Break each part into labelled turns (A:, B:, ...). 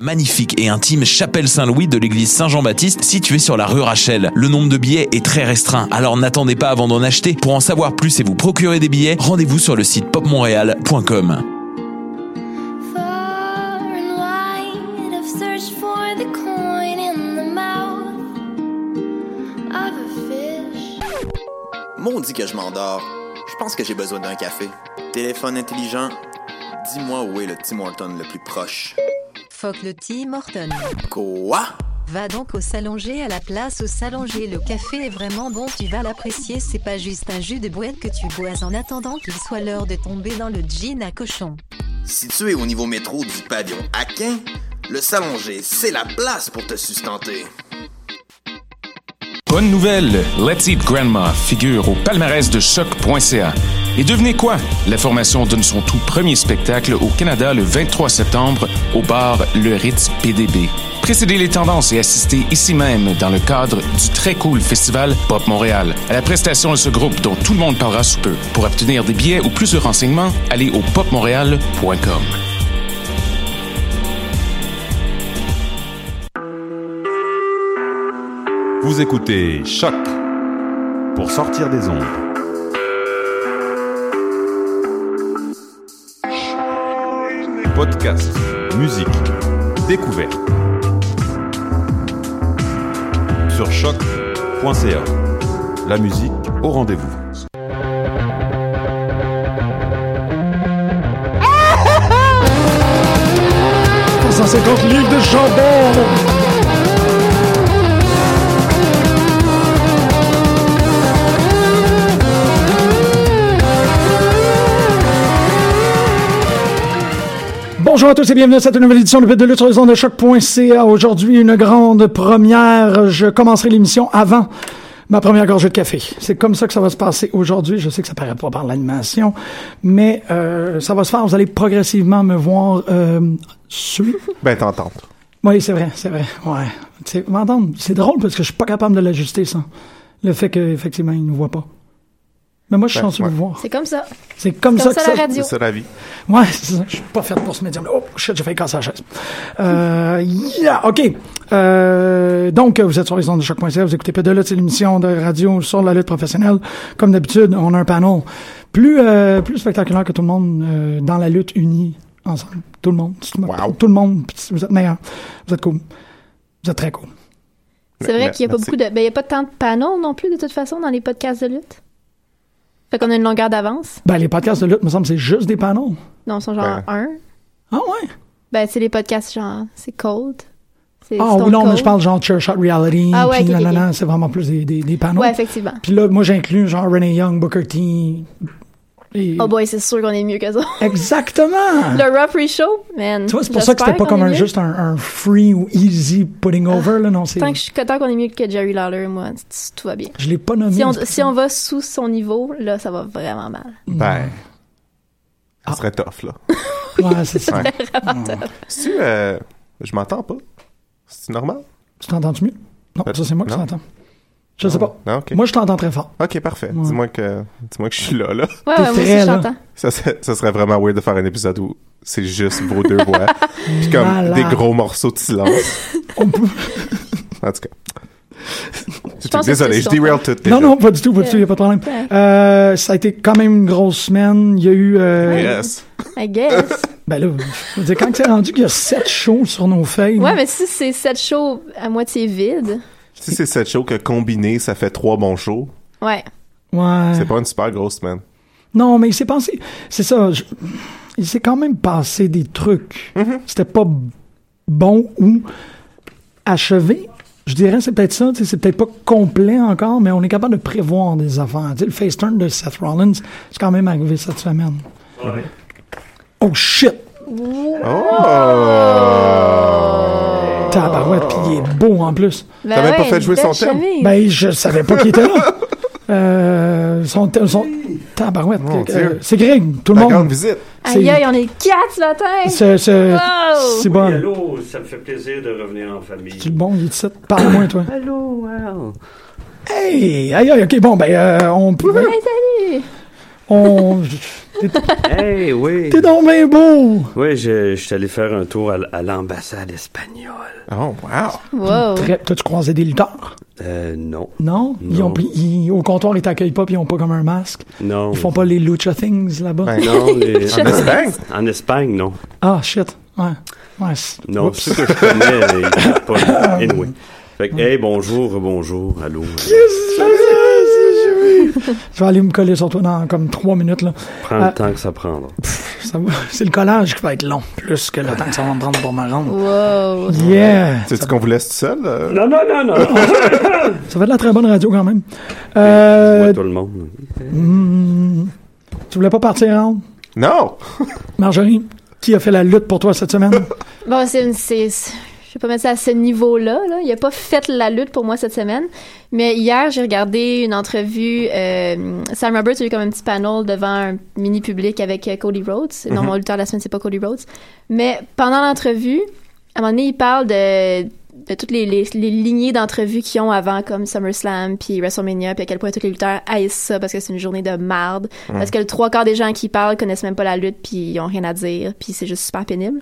A: magnifique et intime chapelle Saint-Louis de l'église Saint-Jean-Baptiste située sur la rue Rachel. Le nombre de billets est très restreint, alors n'attendez pas avant d'en acheter. Pour en savoir plus et vous procurer des billets, rendez-vous sur le site popmontréal.com.
B: Far and wide, I've searched for the coin in the mouth of a fish.
C: Maudit que je m'endors. Je pense que j'ai besoin d'un café. Téléphone intelligent, dis-moi où est le Tim Hortons le plus proche.
D: Fuck le Tim Horton.
C: Quoi?
D: Va donc au Salonger à la place au Salonger. Le café est vraiment bon, tu vas l'apprécier. C'est pas juste un jus de boîte que tu bois en attendant qu'il soit l'heure de tomber dans le jean à cochon.
C: Situé au niveau métro du pavillon Aquin, le Salon G, c'est la place pour te sustenter.
E: Bonne nouvelle, Let's Eat Grandma figure au palmarès de choc.ca. Et devenez quoi? La formation donne son tout premier spectacle au Canada le 23 septembre au bar Le Ritz PDB. Précédez les tendances et assistez ici même dans le cadre du très cool festival Pop Montréal à la prestation de ce groupe dont tout le monde parlera sous peu. Pour obtenir des billets ou plus de renseignements, allez au popmontréal.com.
F: Vous écoutez Choc pour sortir des ondes. Podcast, musique, découverte. Sur choc.ca. La musique au rendez-vous.
G: Bonjour à tous et bienvenue à cette nouvelle édition de de lutte sur les ondes de choc.ca. Aujourd'hui, une grande première. Je commencerai l'émission avant ma première gorgée de café. C'est comme ça que ça va se passer aujourd'hui. Je sais que ça paraît pas par l'animation, mais euh, ça va se faire. Vous allez progressivement me voir euh, sur...
H: Ben, t'entendre.
G: Oui, c'est vrai, c'est vrai. Ouais. Tu sais, vous m'entendez? C'est drôle parce que je suis pas capable de l'ajuster, ça. Le fait qu'effectivement, il ne nous voit pas. Mais moi, je suis
H: Ben,
G: chanceux de
H: ouais.
G: vous voir.
I: C'est comme ça.
G: C'est comme,
I: Comme
G: que
I: ça, la radio.
H: C'est ça la vie.
G: Ouais, c'est ça. Je suis pas faite pour ce médium-là. Oh, shit, j'ai failli casser la chaise. Euh, yeah, OK. Euh, donc, vous êtes sur les ondes de choc.ca, vous écoutez Pédalot, c'est l'émission de radio sur la lutte professionnelle. Comme d'habitude, on a un panel plus, euh, plus spectaculaire que tout le monde euh, dans la lutte unie ensemble. Tout le monde. si tu me-
H: Wow.
G: Tout le monde. Puis Vous êtes meilleurs. Vous êtes cool. Vous êtes très cool.
I: C'est vrai
H: Mer-
I: qu'il n'y a pas
H: merci.
I: beaucoup de. Ben, il n'y a pas tant de panneaux non plus, de toute façon, dans les podcasts de lutte. Fait qu'on a une longueur d'avance.
G: Ben, les podcasts de lutte, me semble, c'est juste des panneaux.
I: Non, ils sont genre
H: Ouais.
I: un.
G: Ah ouais?
I: Ben, c'est les podcasts genre. C'est cold. C'est
G: Ah
I: Stone
G: oui, non, mais
I: Cold.
G: je parle genre Chair Shot Reality.
I: Ah ouais,
G: puis
I: ok, ok,
G: nanana, c'est vraiment plus des, des, des panneaux.
I: Ouais, effectivement.
G: Puis là, moi, j'inclus genre René Young, Booker T. et-
I: Oh boy, c'est sûr qu'on est mieux que ça.
G: Exactement!
I: Le Rough Show, man.
G: Tu vois, c'est pour ça que c'était
I: j'espère
G: pas
I: qu'on
G: comme
I: est
G: un,
I: mieux. Ah,
G: juste un, un free ou easy putting over, là, non, c'est...
I: Tant que je suis tant qu'on est mieux que Jerry Lawler, moi, t- tout va bien.
G: Je l'ai pas nommé.
I: Si on,
G: c'est pour
I: si
G: ça.
I: on va sous son niveau, là, ça va vraiment mal.
H: Ben. Ça serait
G: Ah.
H: tough, là.
G: Ouais, c'est ça.
H: Ouais. Si euh, je m'entends pas. C'est normal?
G: Tu t'entends-tu mieux? Non,
H: Euh,
G: ça, c'est moi qui
H: non.
G: t'entends. Je sais pas.
H: Non, ok.
G: Moi, je t'entends très fort.
H: Ok, parfait.
G: Ouais.
H: Dis-moi que, dis-moi que je suis là, là.
I: Ouais,
G: T'es
I: ouais, moi
G: frais, là.
I: aussi, j'entends.
H: Ça, serait- ça serait vraiment weird de faire un épisode où c'est juste vos deux voix. Puis comme
G: Malade.
H: des gros morceaux de silence.
G: On peut-
H: En tout cas. Je
I: pense que
H: désolé,
I: c'est
H: je
I: son
H: derail tout. déjà.
G: Non, non, pas du tout, pas du tout, y a pas de problème.
I: Ouais.
G: Euh, ça a été quand même une grosse semaine. Il y a eu... euh,
H: Yes.
I: I guess.
G: Ben là, je veux dire, quand c'est rendu qu'il y a sept shows sur nos feuilles...
I: Ouais, mais si c'est cette show à moitié vide,
H: Si c'est cette show que combiné, ça fait trois bons shows.
I: ouais.
G: Ouais.
H: C'est pas une super grosse semaine.
G: Non, mais il s'est passé. C'est ça. je- Il s'est quand même passé des trucs. C'était pas b- bon ou achevé. Je dirais, c'est peut-être ça. tu sais, C'est peut-être pas complet encore, mais on est capable de prévoir des affaires. Tu sais, le face turn de Seth Rollins, c'est quand même arrivé cette semaine. Oh shit!
H: Oh!
G: Tabarouette, puis il est beau en plus.
I: Ben
H: T'as même pas fait jouer son thème?
G: Ben, je savais pas qu'il était là. Euh, son, son, tabarouette.
H: Mon
G: euh,
H: Dieu.
G: c'est Greg, tout le
H: La grande
G: monde.
H: visite.
I: Aïe, aïe, on est quatre ce matin!
G: C'est, c'est,
I: Wow!
G: c'est bon.
J: Allô, ça me fait plaisir de revenir en famille.
G: C'est bon, il est ici. Parle-moi, toi.
J: Allô, wow.
G: Hey, aïe, aïe, ok, bon, ben, euh, on pouvait.
I: Hey, salut!
G: On.
J: Hey, oui.
G: T'es donc bien beau!
J: Oui, je, je suis allé faire un tour à, l- à l'ambassade espagnole.
H: Oh, wow.
I: Wow!
G: Très- T'as-tu croisé des lutteurs?
J: Euh, non.
G: Non? Ils ont,
J: Non.
G: pris- ils- au comptoir, ils t'accueillent pas, puis ils ont pas comme un masque.
J: Non.
G: Ils font pas les lucha things là-bas.
H: Ben,
J: Non, les-
H: En Espagne?
J: En Espagne, non.
G: Ah, shit. Ouais. Ouais. c'est-
J: Non,
G: Oups.
J: ceux que je connais, euh, ils parlent pas. Anyway. Fait que, hey, bonjour, bonjour, allô.
G: Je vais aller me coller sur toi dans comme trois minutes, là. Euh,
J: Prends le temps que ça prend. là.
G: Ça va- C'est le collage qui va être long, plus que le temps que ça va me prendre pour me rendre.
I: Wow!
G: Yeah!
H: C'est-tu qu'on vous laisse tout seul? euh?
J: Non, non, non, non.
G: Ça fait de la très bonne radio quand même. Euh, hmm.
J: Ouais, tout le monde.
G: tu voulais pas partir, Anne?
H: Non!
G: Marjorie, qui a fait la lutte pour toi cette semaine?
I: Bon, c'est une. c'est- c'est- Je vais pas mettre ça à ce niveau-là. Là. Il a pas fait la lutte pour moi cette semaine. Mais hier, j'ai regardé une entrevue. euh, Sam Roberts a eu comme un petit panel devant un mini public avec euh, Cody Rhodes.
H: Mm-hmm.
I: Non, mon lutteur de la semaine, c'est pas Cody Rhodes. Mais pendant l'entrevue, à un moment donné, il parle de, de toutes les, les- les lignées d'entrevues qu'ils ont avant, comme SummerSlam, puis WrestleMania, puis à quel point tous les lutteurs haïssent ça parce que c'est une journée de marde. Parce que le trois quarts des gens qui parlent connaissent même pas la lutte, puis ils ont rien à dire, puis c'est juste super pénible.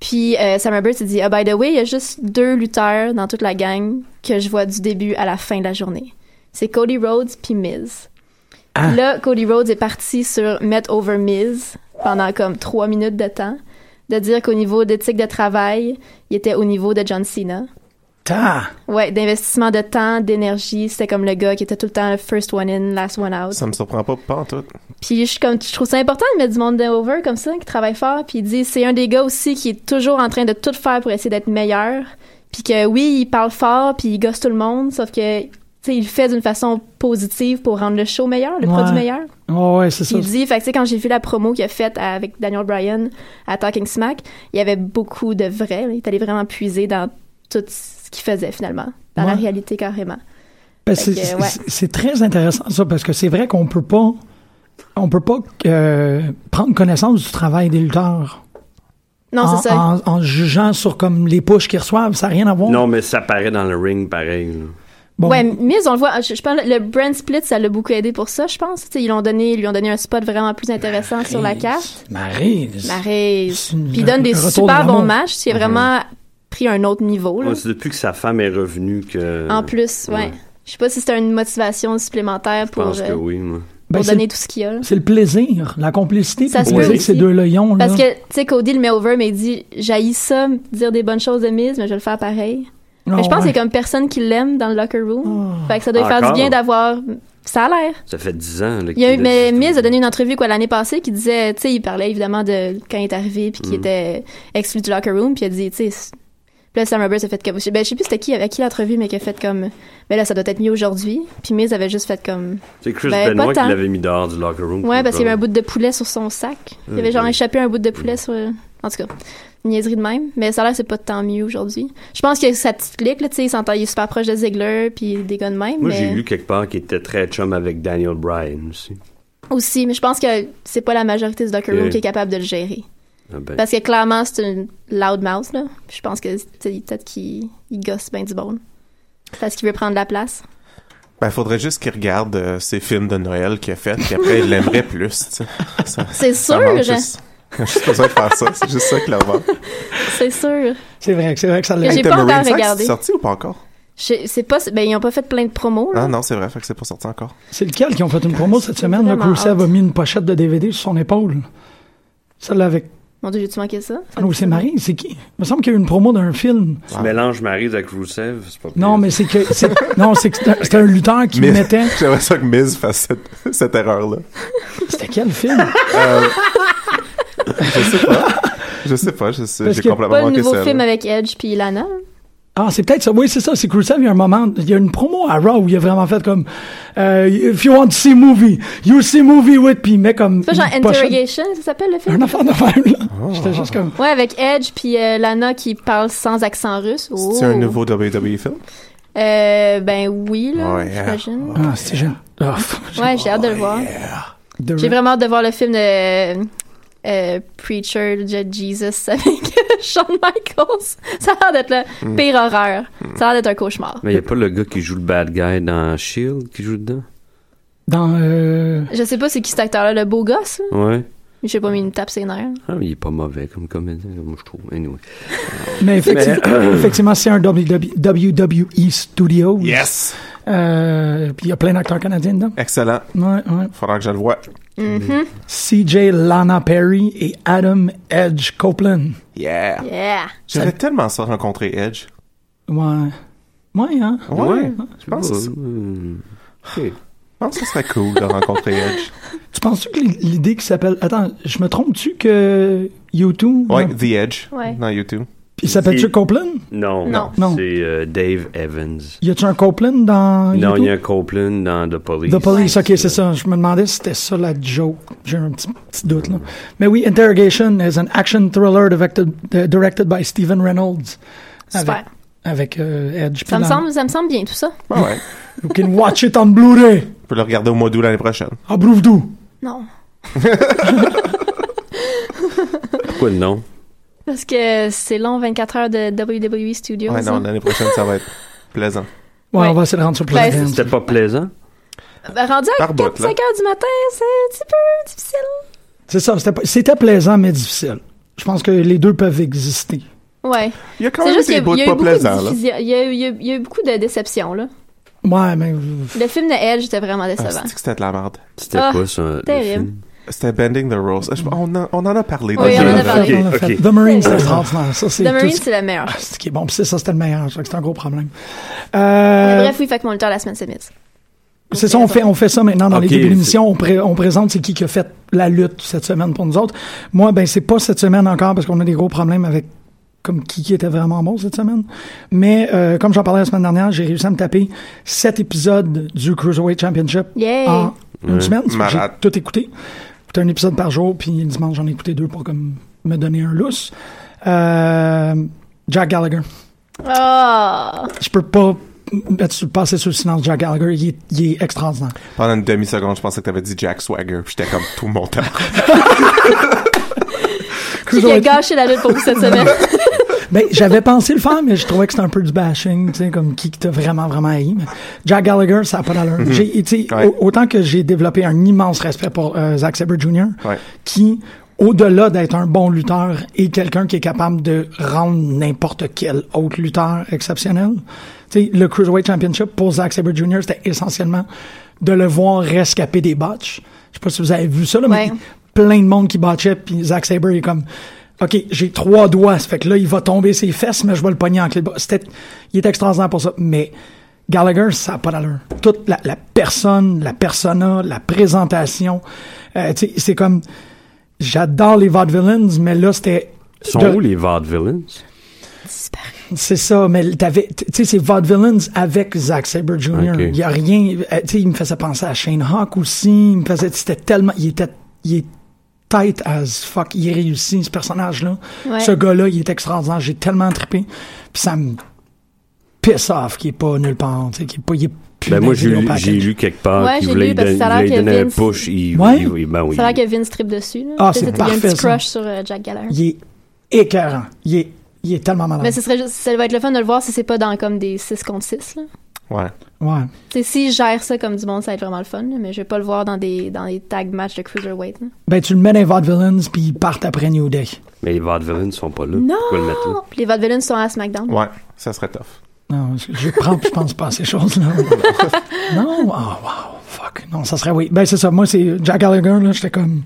I: Puis euh, Sam Roberts il dit Ah, by the way, il y a juste deux lutteurs dans toute la gang que je vois du début à la fin de la journée. C'est Cody Rhodes puis Miz.
G: Ah.
I: Là, Cody Rhodes est parti sur Met Over Miz pendant comme trois minutes de temps, de dire qu'au niveau d'éthique de travail, il était au niveau de John Cena.
G: Ta!
I: Ouais, d'investissement de temps, d'énergie, c'était comme le gars qui était tout le temps le first one in, last one out.
H: Ça me surprend pas, pas en tout.
I: Puis je, suis comme, je trouve ça important de mettre du monde over comme ça, qui travaille fort. Puis il dit, c'est un des gars aussi qui est toujours en train de tout faire pour essayer d'être meilleur. Puis que oui, il parle fort, puis il gosse tout le monde, sauf que, tu sais, il le fait d'une façon positive pour rendre le show meilleur, le
G: Ouais.
I: produit meilleur.
G: Oh, ouais, c'est
I: Puis
G: ça.
I: il dit, fait que, tu sais, quand j'ai vu la promo qu'il a faite avec Daniel Bryan à Talking Smack, il y avait beaucoup de vrai. là. Il est allé vraiment puiser dans tout ce qu'il faisait finalement, dans la
G: Ouais.
I: réalité carrément.
G: Ben,
I: Fait
G: c'est,
I: que, ouais.
G: c'est- c'est très intéressant ça parce que c'est vrai qu'on peut pas on peut pas euh, prendre connaissance du travail des lutteurs
I: Non,
G: en,
I: c'est ça.
G: en- en jugeant sur comme les pushes qu'ils reçoivent, ça n'a rien à voir.
J: Non, mais ça paraît dans le ring pareil. là.
G: Bon,
I: Ouais, Miz, on le voit. Je, je pense le brand split, ça l'a beaucoup aidé pour ça, je pense. Tu sais, ils l'ont donné, ils lui ont donné un spot vraiment plus intéressant sur la carte.
G: Marie,
I: Marais.
G: C'est une-
I: Puis il donne des
G: un retour
I: super
G: de
I: bons
G: l'amour.
I: matchs. Il a vraiment pris un autre niveau. là.
J: Ouais, c'est depuis que sa femme est revenue que.
I: en plus, ouais.
J: ouais.
I: Je sais pas si c'était une motivation supplémentaire
J: Je
I: pour,
J: pense
I: euh,
J: que oui, moi.
G: ben,
I: pour
G: c'est,
I: donner tout ce qu'il y a. là.
G: c'est le plaisir, la complicité
I: Ça
G: puis
I: se
G: le
I: peut
G: plaisir que
I: aussi.
G: ces deux lions
I: Parce
G: là.
I: que, tu sais, Cody le met over, mais il dit J'haïs ça, dire des bonnes choses de Miz, mais je vais le faire pareil.
G: Ah,
I: mais
G: Oh,
I: je pense que c'est comme personne qui l'aime dans le locker room. Fait que ça doit lui faire du
J: Encore?
I: bien d'avoir. Ça a l'air.
J: Ça fait 10 ans. Là,
I: Il y a eu,
J: qu'il
I: mais
J: dit-
I: Miz a donné une entrevue quoi l'année passée qui disait, tu sais, il parlait évidemment de quand il est arrivé puis qu'il
J: Mm.
I: était exclu du locker room puis il a dit, tu sais, c'est- puis là Sam Roberts a fait comme, ben je sais plus c'était qui avec qui l'entrevue mais qui a fait comme, ben là ça doit être mieux aujourd'hui puis Miz avait juste fait comme,
J: C'est Chris
I: Ben, pas
J: Benoit qui
I: tant.
J: l'avait mis dehors du locker room.
I: ouais parce qu'il y avait un bout de poulet sur son sac, il avait genre échappé un bout de poulet sur, en tout cas, une niaiserie de même, mais ça a l'air c'est pas tant mieux aujourd'hui. Je pense que sa petite clique là, tu sais, il s'entend, il est super proche de Ziegler puis des gars de même,
J: Moi,
I: mais
J: j'ai lu quelque part qu'il était très chum avec Daniel Bryan aussi.
I: aussi, mais je pense que c'est pas la majorité du locker room
J: Ok.
I: qui est capable de le gérer.
J: Ah ben,
I: Parce que clairement, c'est une loudmouth, là. Puis Je pense que c'est- peut-être qu'il il gosse bien du bon. Parce qu'il veut prendre la place.
H: Ben, faudrait juste qu'il regarde euh, ses films de Noël qu'il a fait, puis après, il l'aimerait plus, tu sais. Ça-
I: C'est
H: ça
I: sûr!
H: manque juste- J'ai juste besoin de faire ça. C'est juste ça qu'il a manque.
I: C'est sûr!
G: C'est vrai que c'est vrai que ça l'a.
I: Que j'ai- pas
H: Tamarind
I: encore
H: Slice,
I: regardé.
H: C'est sorti ou pas encore?
I: Je- C'est pas... Ben, ils ont pas fait plein de promos, là.
H: Ah non, c'est vrai, fait que c'est pas sorti encore.
G: C'est lequel qui ont fait une promo cette
I: J'ai
G: semaine là, que
I: vraiment
G: Rusev a
I: hâte.
G: mis une pochette de DVD sur son épaule. Celle-là avec
I: Mon Dieu, j'ai-tu manqué ça?
G: Ah non, c'est Marie, c'est qui Il me semble qu'il y a eu une promo d'un film.
J: tu mélanges Maryse avec Rusev, c'est pas
G: Non,
J: pire.
G: mais c'est que c'est, non, c'est que c'est un- c'est un lutteur qui
H: Mais-
G: mettait
H: J'aimerais ça que Miz fasse cette, cette erreur-là.
G: C'était quel film?
H: Je sais pas. Je sais pas, je sais-
G: Parce
H: j'ai
G: que
H: complètement
I: Pas le
H: manqué
I: nouveau
H: ça.
I: film
H: là.
I: avec Edge puis Lana.
G: Ah, c'est peut-être ça. Oui, c'est ça. C'est Rusev, il y a un moment, il y a une promo à Raw où il a vraiment fait comme euh, If you want to see movie, you see movie with, puis il met comme.
I: C'est pas genre
G: une pochette.
I: Interrogation, ça s'appelle le film?
G: Un enfant de même, là. J'étais juste comme.
I: Ouais, avec Edge puis euh, Lana qui parle sans accent russe. Oh.
H: C'est un nouveau WWE film?
I: Euh, ben oui, là,
H: Ouais. Oh,
I: j'imagine.
G: Ah, c'est jeune. Ah, pff,
I: Ouais, j'ai hâte de le voir.
G: de-
I: J'ai vraiment hâte de voir le film de euh, Preacher de Jesus avec euh, Shawn Michaels. Ça a l'air d'être
H: Mm.
I: la pire horreur. Ça a l'air d'être un cauchemar.
J: Mais il n'y a pas le gars qui joue le bad guy dans Shield qui joue dedans?
G: Dans. Euh...
I: Je sais pas c'est qui cet acteur-là, le beau gosse. là.
J: Ouais.
I: J'ai pas mis une tape ses nerfs.
J: Ah, mais il est pas mauvais comme comédien, moi je trouve. Anyway.
G: Mais effectivement, effectivement, c'est un WW- WWE Studios.
H: Yes!
G: Euh, puis il y a plein d'acteurs canadiens dedans.
H: Excellent.
G: Ouais, ouais.
H: Faudra que je le voie.
G: CJ Lana Perry et Adam Edge Copeland.
H: Yeah!
I: Yeah!
H: J'avais tellement ça rencontrer Edge.
G: Ouais. Ouais, hein?
H: Ouais, je pense que ça-
J: Hmm.
H: je pense que ce serait cool de rencontrer Edge.
G: Tu penses-tu que l'i- l'idée qui s'appelle. Attends, je me trompe-tu que YouTube.
H: Ouais, The Edge.
I: Ouais.
H: Dans YouTube.
G: Il s'appelle-tu
J: Et-
G: Copeland?
J: Non,
I: Non.
G: Non.
J: c'est euh, Dave Evans.
G: Y a-tu un Copeland dans.
J: Non,
G: YouTube?
J: il y a un Copeland dans The Police.
G: The Police, ok, c'est ça. Je me demandais si c'était ça la joke. J'ai un petit, petit doute, là. Mais oui, Interrogation is an action thriller directed, euh, directed by Steven Reynolds. Avec,
I: Super.
G: avec euh, Edge.
I: Ça me,
G: Puis dans-
I: semble, ça me semble bien tout ça.
H: Ben ouais.
G: You can watch it on Blu-ray.
H: On peut le regarder au mois d'août l'année prochaine.
G: À Brouvedou.
I: Non.
J: Pourquoi le nom?
I: Parce que c'est long, 24 heures de WWE Studios.
H: Ouais, non,
I: hein.
H: l'année prochaine, ça va être plaisant.
G: Ouais,
I: Ouais.
G: on va essayer de rendre ça plus
I: Ben,
G: bien.
J: C'était pas plaisant?
I: Ben, rendu à
H: Par bout,
I: 4-5
H: là.
I: heures du matin, c'est un petit peu difficile.
G: C'est ça, c'était pas- c'était plaisant, mais difficile. Je pense que les deux peuvent exister.
I: Ouais.
H: Il y a quand
I: C'est
H: même
I: juste qu'il y
H: des
I: a,
H: bouts
I: il y a eu
H: pas
I: beaucoup
H: plaisants,
I: de
H: là.
I: diffusion- il y a eu- il y a eu- il y a eu beaucoup de déceptions, là.
G: Ouais, mais.
I: Le film de Edge était vraiment
H: Ah,
I: décevant.
H: c'est que c'était de la merde.
J: C'était
I: Ah,
J: quoi ça?
I: terrible.
H: C'était Bending the Rules. Je- On, en- on en a parlé. dans
I: Oui,
H: le
I: on en a
H: jeu.
I: parlé.
G: on l'a
J: ok.
G: fait. The Marine, c'est extraordinaire. Ça, c'est
I: The Marine,
G: tout.
I: c'est le meilleur.
G: Ah, c'est qui est bon. Puis c'est ça, c'était le meilleur. Je crois que C'est un gros problème. Euh,
I: Mais bref, oui, fait que mon lutteur la semaine, c'est Miz.
G: C'est ça, on fait, on fait ça maintenant dans
J: Ok,
G: les débuts
J: c'est-
G: d'émission. On, pré- on présente c'est qui qui a fait la lutte cette semaine pour nous autres. Moi, ben, c'est pas cette semaine encore parce qu'on a des gros problèmes avec comme qui, qui était vraiment bon cette semaine. Mais euh, comme j'en parlais la semaine dernière, j'ai réussi à me taper sept épisodes du Cruiserweight Championship
I: Yay!
G: en une semaine. J'ai
H: Malade.
G: tout écouté. C'était un épisode par jour, puis le dimanche, j'en ai écouté deux pour comme me donner un lousse. Euh, Jack Gallagher.
I: Ah!
G: Je peux pas mettre sur- passer sur le silence Jack Gallagher. Il est, il est extraordinaire.
H: Pendant une demi-seconde, je pensais que t'avais dit Jack Swagger. Puis j'étais comme tout mon temps.
I: Qui a
G: Cruiserweight-
I: gâché la lutte pour vous cette semaine?
G: Ben, j'avais pensé le faire, mais je trouvais que c'était un peu du bashing, tu sais, comme qui t'a vraiment, vraiment haï. mais Jack Gallagher, ça n'a pas d'allure. J'ai, tu sais,
H: Mhm. Ouais.
G: au- Autant que j'ai développé un immense respect pour euh, Zack Sabre Jr.,
H: Ouais.
G: qui, au-delà d'être un bon lutteur, est quelqu'un qui est capable de rendre n'importe quel autre lutteur exceptionnel. Tu sais, le Cruiserweight Championship pour Zack Sabre Jr., c'était essentiellement de le voir rescaper des botches. Je sais pas si vous avez vu ça, là, mais
I: Ouais.
G: plein de monde qui botchait, puis Zack Sabre est comme, OK, j'ai trois doigts, ça fait que là, il va tomber ses fesses, mais je vais le pogner en clé de bras. C'était, il est extraordinaire pour ça, mais Gallagher, ça n'a pas d'allure. Toute la, la personne, la persona, la présentation, euh, tu sais, c'est comme, j'adore les vaudevillains, mais là, c'était...
J: Ils sont
G: de-
J: où les vaudevillains?
G: c'est ça, mais t'avais, tu sais, c'est Vaudevillains avec Zack Sabre Jr.
J: Ok.
G: Il y a rien, euh, tu sais, il me faisait penser à Shane Hawk aussi, il me faisait, c'était tellement, il était, il est tight as fuck, il réussit, ce personnage-là.
I: Ouais.
G: Ce gars-là, il est extraordinaire, j'ai tellement trippé, puis ça me piss off qu'il est pas nulle part, tu sais, qu'il est pas, il est plus
J: Ben
G: dans
J: moi,
G: le
J: j'ai lu,
G: vidéo package.
J: j'ai lu quelque part
I: Ouais,
J: qu'il
I: j'ai
J: voulait
I: lu, parce que
J: don-
I: ça a l'air
J: voulait
I: que
J: donner un
I: Vince-
J: push. Il,
G: Ouais?
J: il- ben oui.
I: ça a l'air que Vince tripe dessus. là.
G: Ah, c'est
I: Peut-être qu'il y a un
G: parfait,
I: petit
G: ça.
I: crush sur euh, Jack Gallagher.
G: Il est écœurant, il est, il est tellement malade.
I: Mais ce serait juste, ça va être le fun de le voir si c'est pas dans comme des 6 contre 6. Là.
H: Ouais.
G: Ouais.
I: T'sais, s'il gère ça comme du monde, ça va être vraiment le fun, là, mais je vais pas le voir dans des, dans des tag matchs de Cruiserweight. là.
G: Ben, tu le mets dans les Vaudevillains, puis ils partent après New Day.
J: Mais les vaudevillains sont pas là. Pourquoi le mettre là?
I: Non! Puis les Vaudevillains sont à SmackDown.
H: Ouais. Ça serait tough.
G: Non, je, je prends, je pense pas à ces choses-là. non, oh, wow, fuck. Non, ça serait oui. Ben, c'est ça. Moi, c'est Jack Gallagher, là, j'étais comme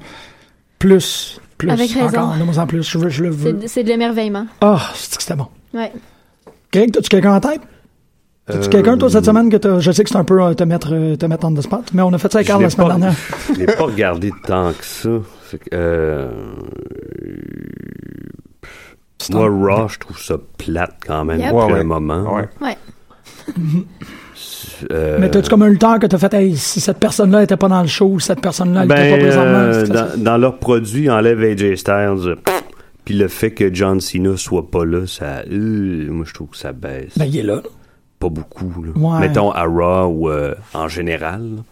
G: plus, plus.
I: Avec raison.
G: Encore, de moins en plus. Je, veux, je le veux.
I: C'est, c'est de l'émerveillement.
G: Ah, c'est que c'était bon.
I: Ouais.
G: Greg, t'as-tu quelqu'un en tête?
J: Euh,
G: T'as-tu quelqu'un, toi, cette semaine, que t'as. Je sais que c'est un peu euh, te mettre, euh, te mettre on the spot, mais on a fait ça avec
J: Je
G: Carl
J: l'ai
G: la semaine
J: pas-
G: dernière.
J: Je l'ai pas regardé tant que ça. Fait que, euh, Moi, Raw, je trouve ça plate quand même
I: Yep.
J: depuis
I: Ouais, ouais.
J: un moment.
I: Ouais.
J: Euh,
G: Mais t'as-tu comme un lutteur que t'as fait, hey, si cette personne-là était pas dans le show, ou cette personne-là n'était pas
J: ben,
G: présentement,
J: euh,
G: c'est facile.
J: dans, dans leurs produits, enlève AJ Styles. euh, pff, Puis le fait que John Cena soit pas là, ça. euh, moi, je trouve que ça baisse.
G: Ben, il est là.
J: Pas beaucoup. là.
G: Ouais.
J: Mettons à Raw ou euh, en général. là,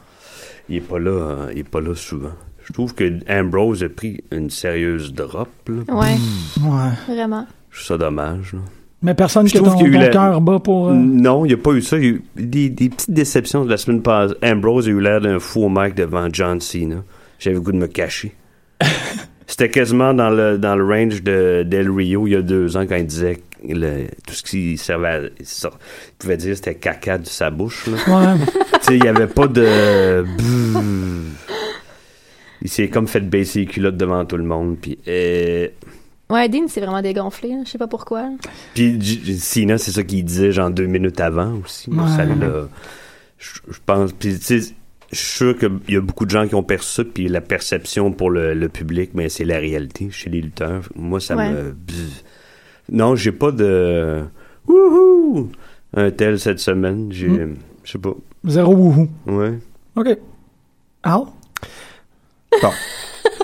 J: Il est pas là. euh, il est pas là souvent. Je trouve que Ambrose a pris une sérieuse drop. là.
I: Ouais,
G: Ouais.
I: vraiment.
J: Je trouve ça dommage. là.
G: Mais personne
J: Je
G: que
J: trouve
G: ton,
J: qu'il y a eu
G: ton
J: la-
G: cœur bat pour. euh,
J: Non, il n'y a pas eu ça. Il y a eu des, des petites déceptions de la semaine passée. Ambrose a eu l'air d'un fou au mec devant John Cena. J'avais le goût de me cacher. C'était quasiment dans le, dans le range de Del Rio il y a deux ans quand il disait que le- tout ce qui servait à, ça- il pouvait dire c'était caca de sa bouche. là.
G: Ouais.
J: Tu sais, il n'y avait pas de. Il s'est comme fait baisser les culottes devant tout le monde. Puis, euh,
I: Ouais, Dean, c'est vraiment dégonflé. hein. Je sais pas pourquoi. là.
J: puis J- J- Cena, c'est ça qu'il disait genre deux minutes avant aussi. là,
G: Ouais.
J: ça l'a- je je pense. Puis tu sais, je suis sûr qu'il y a beaucoup de gens qui ont perçu ça, puis la perception pour le, le public, mais c'est la réalité chez les lutteurs. Moi, ça
I: Ouais.
J: me. Bzz. Non, j'ai pas de. Wouhou! Un tel cette semaine. J'ai. Je sais pas.
G: Zéro wouhou.
J: Ouais.
G: OK. Al?
H: Bon.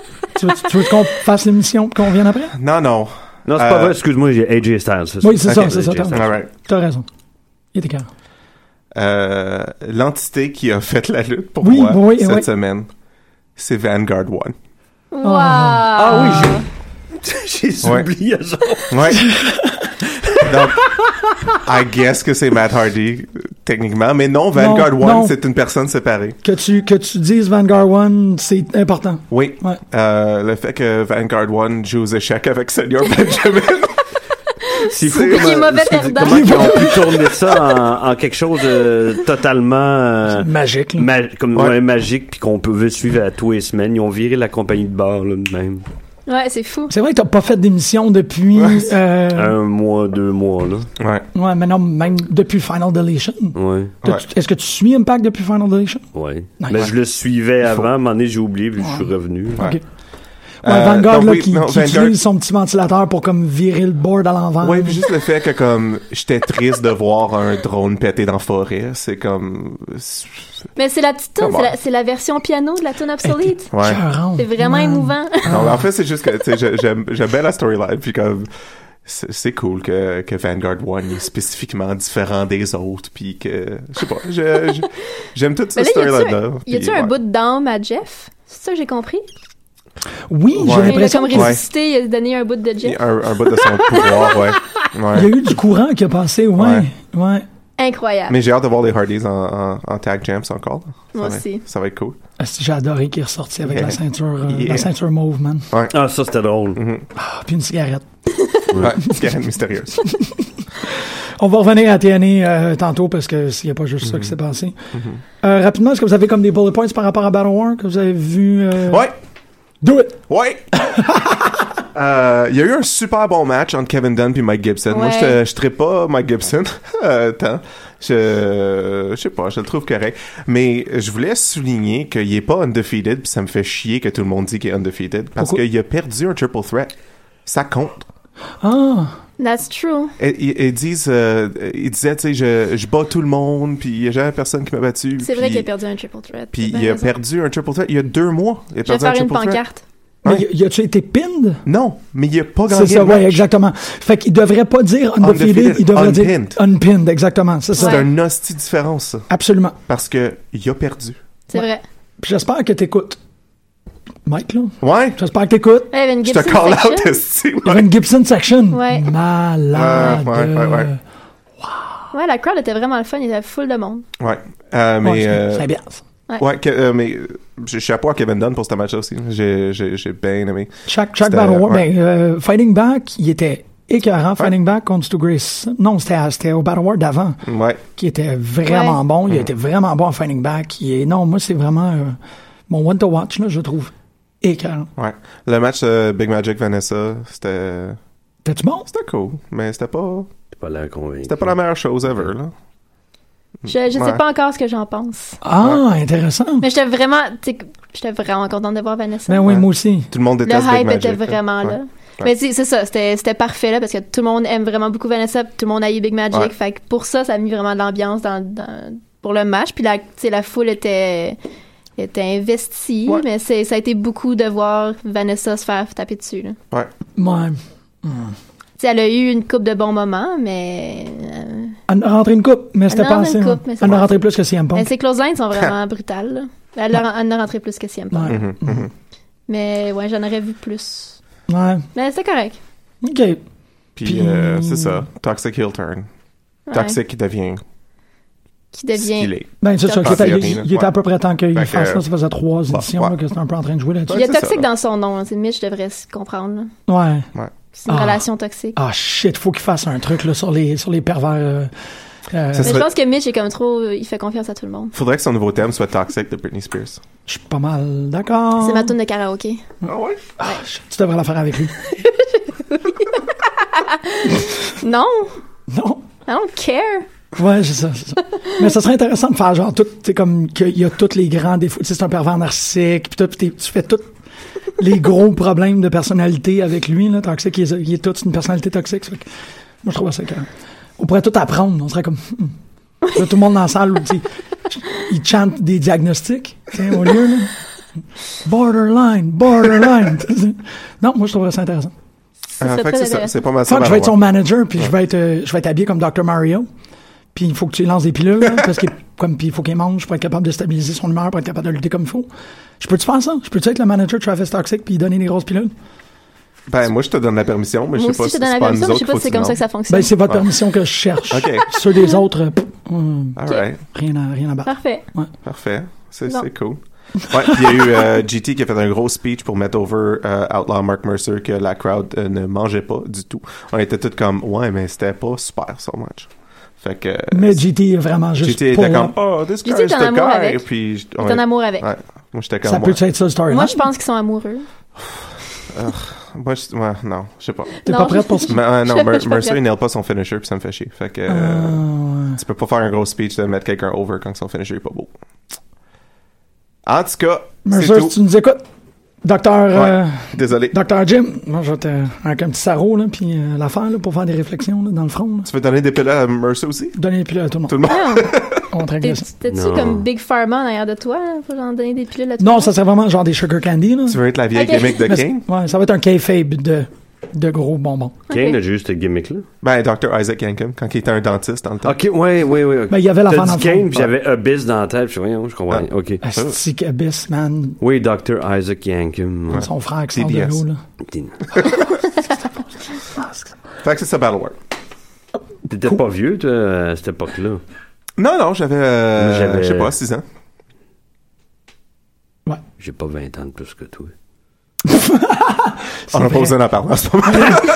G: tu veux, tu veux qu'on fasse l'émission et qu'on revienne après?
H: Non, non.
J: Non, c'est
H: Euh,
J: pas vrai, excuse-moi, j'ai AJ Styles. c'est ça.
G: Oui, c'est ça,
J: Ok,
G: c'est ça,
J: AJ
G: t'as
J: Styles.
H: All right.
G: T'as raison. Il était carré.
H: Euh, L'entité qui a fait la lutte pour
G: Oui,
H: moi
G: oui,
H: cette
G: oui.
H: semaine, c'est Vanguard One.
I: Wow!
J: Ah oui, j'ai
H: Ouais.
J: oublié ça.
H: Ouais. Donc, I guess que c'est Matt Hardy, euh, techniquement. Mais non, Vanguard
G: Non,
H: One,
G: non.
H: c'est une personne séparée.
G: Que tu, que tu dises Vanguard One, c'est important.
H: Oui.
G: Ouais.
H: Euh, le fait que Vanguard One joue aux échecs avec Senior Benjamin.
J: C'est fou
H: C'est-
J: comment,
I: Puis mauvais
J: excusez-
I: perdant.
J: comment ils ont pu tourner ça en, en quelque chose de totalement euh,
G: Magique, là.
J: ma- comme,
H: Ouais.
J: ouais, magique puis qu'on peut suivre à tous les semaines. Ils ont viré la compagnie de bar là, de même.
I: Ouais, c'est fou.
G: C'est vrai que t'as pas fait d'émission depuis.
H: Ouais.
G: euh,
J: Un mois, deux mois là.
H: ouais.
G: Ouais, mais non, même depuis Final Deletion.
J: Ouais,
G: T'as-
H: Ouais.
G: tu- Est-ce que tu suis Impact depuis Final Deletion?
J: ouais.
G: Nice.
J: Mais je le suivais
H: faut-
J: avant, à un moment donné j'ai oublié puis je suis revenu.
H: Ouais.
G: Ok. Ouais,
H: Euh,
G: Vanguard,
H: donc
G: là,
H: oui,
G: qui,
H: non,
G: qui
H: Vanguard-
G: utilise son petit ventilateur pour comme virer le board à l'envers.
H: Ouais, puis juste le fait que comme j'étais triste de voir un drone péter dans la forêt, c'est comme
I: Mais c'est la petite tune,
H: Come
I: c'est
H: on.
I: la, c'est la version piano de la tune obsolète.
H: ouais.
G: Écœurante,
I: C'est vraiment
G: man.
I: émouvant.
H: Non, mais en fait, c'est juste que tu sais, j'ai- j'aime j'aime bien la storyline puis comme c'est c'est cool que, que Vanguard One est spécifiquement différent des autres puis que je sais pas, je- je- j'aime toute
I: Mais
H: cette
I: là, y a-tu
H: storyline là.
I: un- y a-tu un bout d'âme à Jeff? C'est ça que j'ai compris?
G: Oui, j'ai
H: Ouais.
I: Il a
G: l'impression
I: comme
G: qu'il
H: Ouais.
I: résisté, il a donné un bout de Jeff.
H: un, un bout de son pouvoir, ouais.
G: y a
H: ouais.
G: eu du courant qui a passé, ouais. ouais.
I: Incroyable.
H: Mais j'ai hâte de voir les Hardys en, en, en tag champs encore. Ça
I: Moi
H: va être-
I: aussi.
H: Ça va être cool.
G: Ah, si, J'ai adoré qu'il est ressorti avec
H: Yeah.
G: la ceinture euh,
H: Yeah. Mm-hmm.
G: la ceinture mauve, man.
J: Ah ça c'était drôle.
G: Ah, puis une cigarette.
H: Ouais, Karen mystérieuse.
G: On va revenir à TNA euh, tantôt parce que s'il n'y a pas juste
H: Mm-hmm.
G: ça qui s'est passé. Euh, rapidement, est-ce que vous avez comme des bullet points par rapport à Battle War que vous avez vu euh,
H: Ouais.
G: Do it!
H: Ouais! Euh, Il y a eu un super bon match entre Kevin Dunn et Mike Gibson. Moi,
I: Ouais.
H: je ne serais pas Mike Gibson. Euh, Attends. Je, je sais pas, je le trouve correct. Mais je voulais souligner qu'il est pas undefeated, puis ça me fait chier que tout le monde dit qu'il est undefeated, parce
G: Pourquoi?
H: qu'il a perdu un triple threat. Ça compte.
G: Ah!
I: That's true.
H: Et- Ils, ils disent, euh, ils disaient, tu sais, je, je bats tout le monde, puis il n'y a jamais personne qui m'a battu.
I: C'est vrai
H: puis-
I: qu'il a perdu un triple threat.
H: Puis
I: T'as
H: il
I: bien
H: a
I: raison.
H: perdu un triple threat il y a deux mois. Il a
I: Je vais
H: perdu un
I: faire une
H: triple threat.
I: pancarte.
G: Mais
H: Ouais.
G: y- y a-tu été pinned?
H: Non, mais il a pas gagné.
G: C'est ça,
H: le
G: ouais,
H: match.
G: exactement. Fait qu'il devrait pas dire undefeated,
H: Undefeated,
G: il devrait
H: unpinned.
G: dire unpinned, exactement. C'est ça.
H: C'est un hostie de différence, ça.
G: Absolument.
H: Parce que il a perdu.
I: C'est vrai.
G: Puis j'espère que t'écoutes. Mike, là.
H: Ouais!
G: J'espère que t'écoutes.
I: Ouais, Il y avait une
H: Je te
I: Gibson
H: call out,
I: section.
H: esti,
G: Il y
H: ouais.
G: avait une Gibson section.
I: Ouais.
G: Malade.
H: Ouais, ouais, ouais, ouais.
I: Ouais, la crowd était vraiment le fun. Il y avait full de monde.
H: Ouais. Euh,
G: Ouais,
H: mais,
G: c'est-
H: euh,
G: c'est bien. ça.
H: ouais, que- euh, mais, euh, j'ai- chapeau à Kevin Dunn pour ce match-là aussi. J'ai, j'ai, j'ai bien aimé.
G: Chaque, chaque
H: C'était-
G: Battle War,
H: ouais.
G: ben, euh, Fighting Back, il était écœurant. Fighting Back contre Stu Grace. Non, c'était à- c'était au Battle War d'avant,
H: Ouais.
G: qui était vraiment
I: Ouais.
G: bon. Il était vraiment bon en Fighting Back. Et non, moi, c'est vraiment euh, mon one to watch, là, je trouve. Écœurant.
H: Ouais. Le match euh, Big Magic Vanessa, c'était,
G: T'es-tu bon?
H: c'était cool. Mais c'était pas,
J: T'as pas l'air convaincu.
H: c'était pas la meilleure chose ever, là.
I: Je, je
H: Ouais.
I: sais pas encore ce que j'en pense.
G: Ah, intéressant.
I: Mais j'étais vraiment, tu sais, j'étais vraiment contente de voir Vanessa.
G: Ben oui, moi aussi.
H: Tout le monde
I: le
H: déteste Big
I: hype
H: Magic.
I: était vraiment
H: Ouais.
I: là. Mais tu sais, c'est ça, c'était c'était parfait là parce que tout le monde aime vraiment beaucoup Vanessa, puis tout le monde haït Big Magic.
H: Ouais.
I: Fait que pour ça, ça a mis vraiment de l'ambiance dans, dans- pour le match. Puis la, tu sais, la foule était, était investie,
G: Ouais.
I: mais c'est- ça a été beaucoup de voir Vanessa se faire taper dessus. là.
H: Ouais.
G: Ouais.
I: Tu sais, elle a eu une coupe de bons moments, mais euh,
G: Elle a rentré une coupe, mais c'était
I: a
G: pas
I: rentré
G: assez.
I: une
G: hein.
I: coupe, mais c'est
G: Elle a
I: pas-
G: rentré plus que CM
I: mais
G: Punk.
I: ses close lines sont vraiment brutales. là. Elle a- elle en a rentré plus que CM Punk.
G: Ouais.
H: Mhm,
I: Mm-hmm.
H: mhm.
I: Mais ouais, j'en aurais vu plus.
G: Ouais.
I: Mais c'était correct.
G: OK.
H: Puis,
G: Puis-
H: euh, c'est ça. Toxic Heel Turn.
I: Ouais.
H: Toxic qui devient
I: Qui
H: ce qu'il
I: devient.
H: est.
G: Ben, c'est ça.
I: Top
G: Il était,
H: Theory,
G: il-
H: là.
G: il était à peu près temps qu'il
H: Fait que-
G: fasse ça. Ça faisait trois éditions
H: ouais.
G: là, que c'était un peu en train de jouer là-dessus.
I: Il y a
H: Ouais, c'est
I: toxique
H: ça, là.
I: dans son nom. là. C'est Mitch devrait se comprendre. là.
G: Ouais.
I: C'est une
G: Ah.
I: relation toxique.
G: Ah shit, faut qu'il fasse un truc là, sur, les, sur les pervers. euh, euh,
H: Ça
I: Mais
H: serait-
I: je pense que Mitch est comme trop. Il fait confiance à tout le monde.
H: Faudrait que son nouveau thème soit Toxic de Britney Spears.
G: Je suis pas mal d'accord.
I: C'est ma tune de karaoké.
H: Ah ouais?
G: Ah, shit, tu devrais la faire avec lui.
I: Non!
G: non?
I: I don't care!
G: Ouais, c'est ça, c'est ça. Mais ça serait intéressant de faire genre tout, tu sais, comme qu'il y a tous les grands défauts. Tu sais, c'est un pervers narcissique, puis tout, puis t'es- tu fais tous les gros problèmes de personnalité avec lui, là, toxique, il est, il est tout une personnalité toxique. ça fait que moi, je trouve ça quand On pourrait tout apprendre, on serait comme... hmm. Là, tout le monde dans la salle, tu sais, il chante des diagnostics, tu sais, au lieu, là. Borderline, borderline. tu sais. non, moi, je trouverais ça intéressant.
I: Ça
H: Ah,
I: serait
H: fait que
I: très
H: c'est ça.
I: intéressant.
H: C'est pas mal ça.
G: Fuck, je vais être son
H: Marois.
G: manager, puis je vais être, euh, je vais être habillé comme Dr. Mario. Puis il faut que tu lui lances des pilules, là, parce qu'il comme puis il faut qu'il mange pour être capable de stabiliser son humeur, pour être capable de lutter comme il faut. Je peux-tu faire ça? Je peux-tu être le manager de Travis Toxic puis lui donner des grosses pilules?
H: Ben, moi, je te donne la permission, mais je
I: Moi
H: sais
I: aussi,
H: pas
I: je te
H: si
I: donne
H: c'est
I: la
H: pas
I: permission,
H: nous
I: mais je sais
H: autres
I: pas si c'est comme ça que ça fonctionne.
G: Ben, c'est votre
H: Ouais.
G: permission que je cherche.
H: OK.
G: Ceux des autres, euh, pff, hum,
H: All right.
G: rien à, rien à battre.
I: Parfait.
H: Parfait. C'est
I: Non.
H: c'est cool. Ouais, puis il y a eu euh, GT qui a fait un gros speech pour mettre over euh, Outlaw Mark Mercer que la crowd euh, ne mangeait pas du tout. On était tous comme ouais, mais c'était pas super son match. Fait que euh,
G: Mais GT est vraiment juste
H: GT
G: pour...
H: était comme oh this
I: GT
H: guy is
I: est en
H: the guy.
I: amour avec.
H: Puis je-
I: Il
H: on
I: est en
H: est-
I: amour avec.
H: Ouais. Moi j'étais comme
G: Ça
H: moi,
G: peut être ça le storyline.
I: Moi, je pense qu'ils sont amoureux.
H: moi, je- ouais, non, je sais pas.
G: T'es
I: Non,
G: pas prête pour ça?
I: je-
H: Mais, euh, non,
I: Je-
H: Mer- Mercer
I: je préfère.
H: il nail pas son finisher puis ça me fait chier. Fait que euh,
G: Euh,
H: tu peux pas faire un gros speech de mettre quelqu'un over quand son finisher est pas beau. En tout cas, c'est
G: Mercer, si
H: tout.
G: tu nous écoutes, docteur...
H: Ouais.
G: euh,
H: Désolé.
G: Docteur Jim, moi je vais te. avec un petit sarrau, là, puis euh, l'affaire, là, pour faire des réflexions, là, dans le front, là.
H: Tu veux donner des pilules à Mercer aussi?
G: Donner les pilules à tout le monde.
H: Tout le monde?
G: On te
I: T'es-
G: règle ça.
I: T'es-tu
J: Non.
I: comme Big Pharma derrière de toi, là, pour en donner des pilules à tout
G: Non,
I: le
G: ça serait vraiment genre des sugar candy, là.
H: Tu veux être la vieille
I: Ok.
H: gimmick de
G: Mais c'est-
H: Kane?
G: Ouais, ça va être un kayfabe de, de gros bonbons.
J: Kane a juste ce gimmick-là.
H: Ben, Dr. Isaac Yankum, quand il était un dentiste dans le temps.
J: Ok, ouais, ouais, ouais. ok.
G: Ben, il y avait la
J: T'as
G: fin
J: dit
G: dans le fond.
J: Kane, puis j'avais Abyss dans la tête, puis je voyons, je comprends. rien. Ok.
G: Ah,
H: Ah,
G: Astic Abyss, man.
H: Oh,
J: Oui, Dr. Isaac Yankum. Ouais.
G: Son frère qui sort de
H: CBS.
G: l'eau, là.
H: Fait que c'est ça, Battle War.
J: T'étais pas vieux, toi, à cette époque-là.
H: Non, non, j'avais, euh,
J: Moi, j'avais-
H: je sais pas, 6 ans.
J: J'ai pas 20 ans de plus que toi.
H: On n'a pas
G: vrai.
H: besoin d'en parler en ce moment.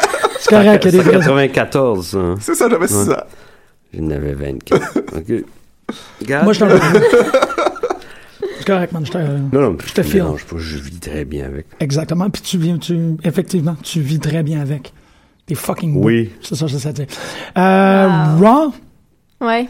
G: C'est correct, il y a des vrais-
J: 94, ça.
H: c'est ça, j'avais 6
J: Ouais.
H: ans.
J: J'en avais 24. Ok. Regarde.
G: Moi, je suis un C'est correct, man. Je te-
J: Non, non, je
G: te file.
J: mélange pas, je vis très bien avec.
G: Exactement. Puis tu viens, tu. Effectivement, tu vis très bien avec. T'es fucking. beau.
J: Oui.
G: C'est ça, c'est ça, tu sais. Euh, Raw.
I: monde? Ouais.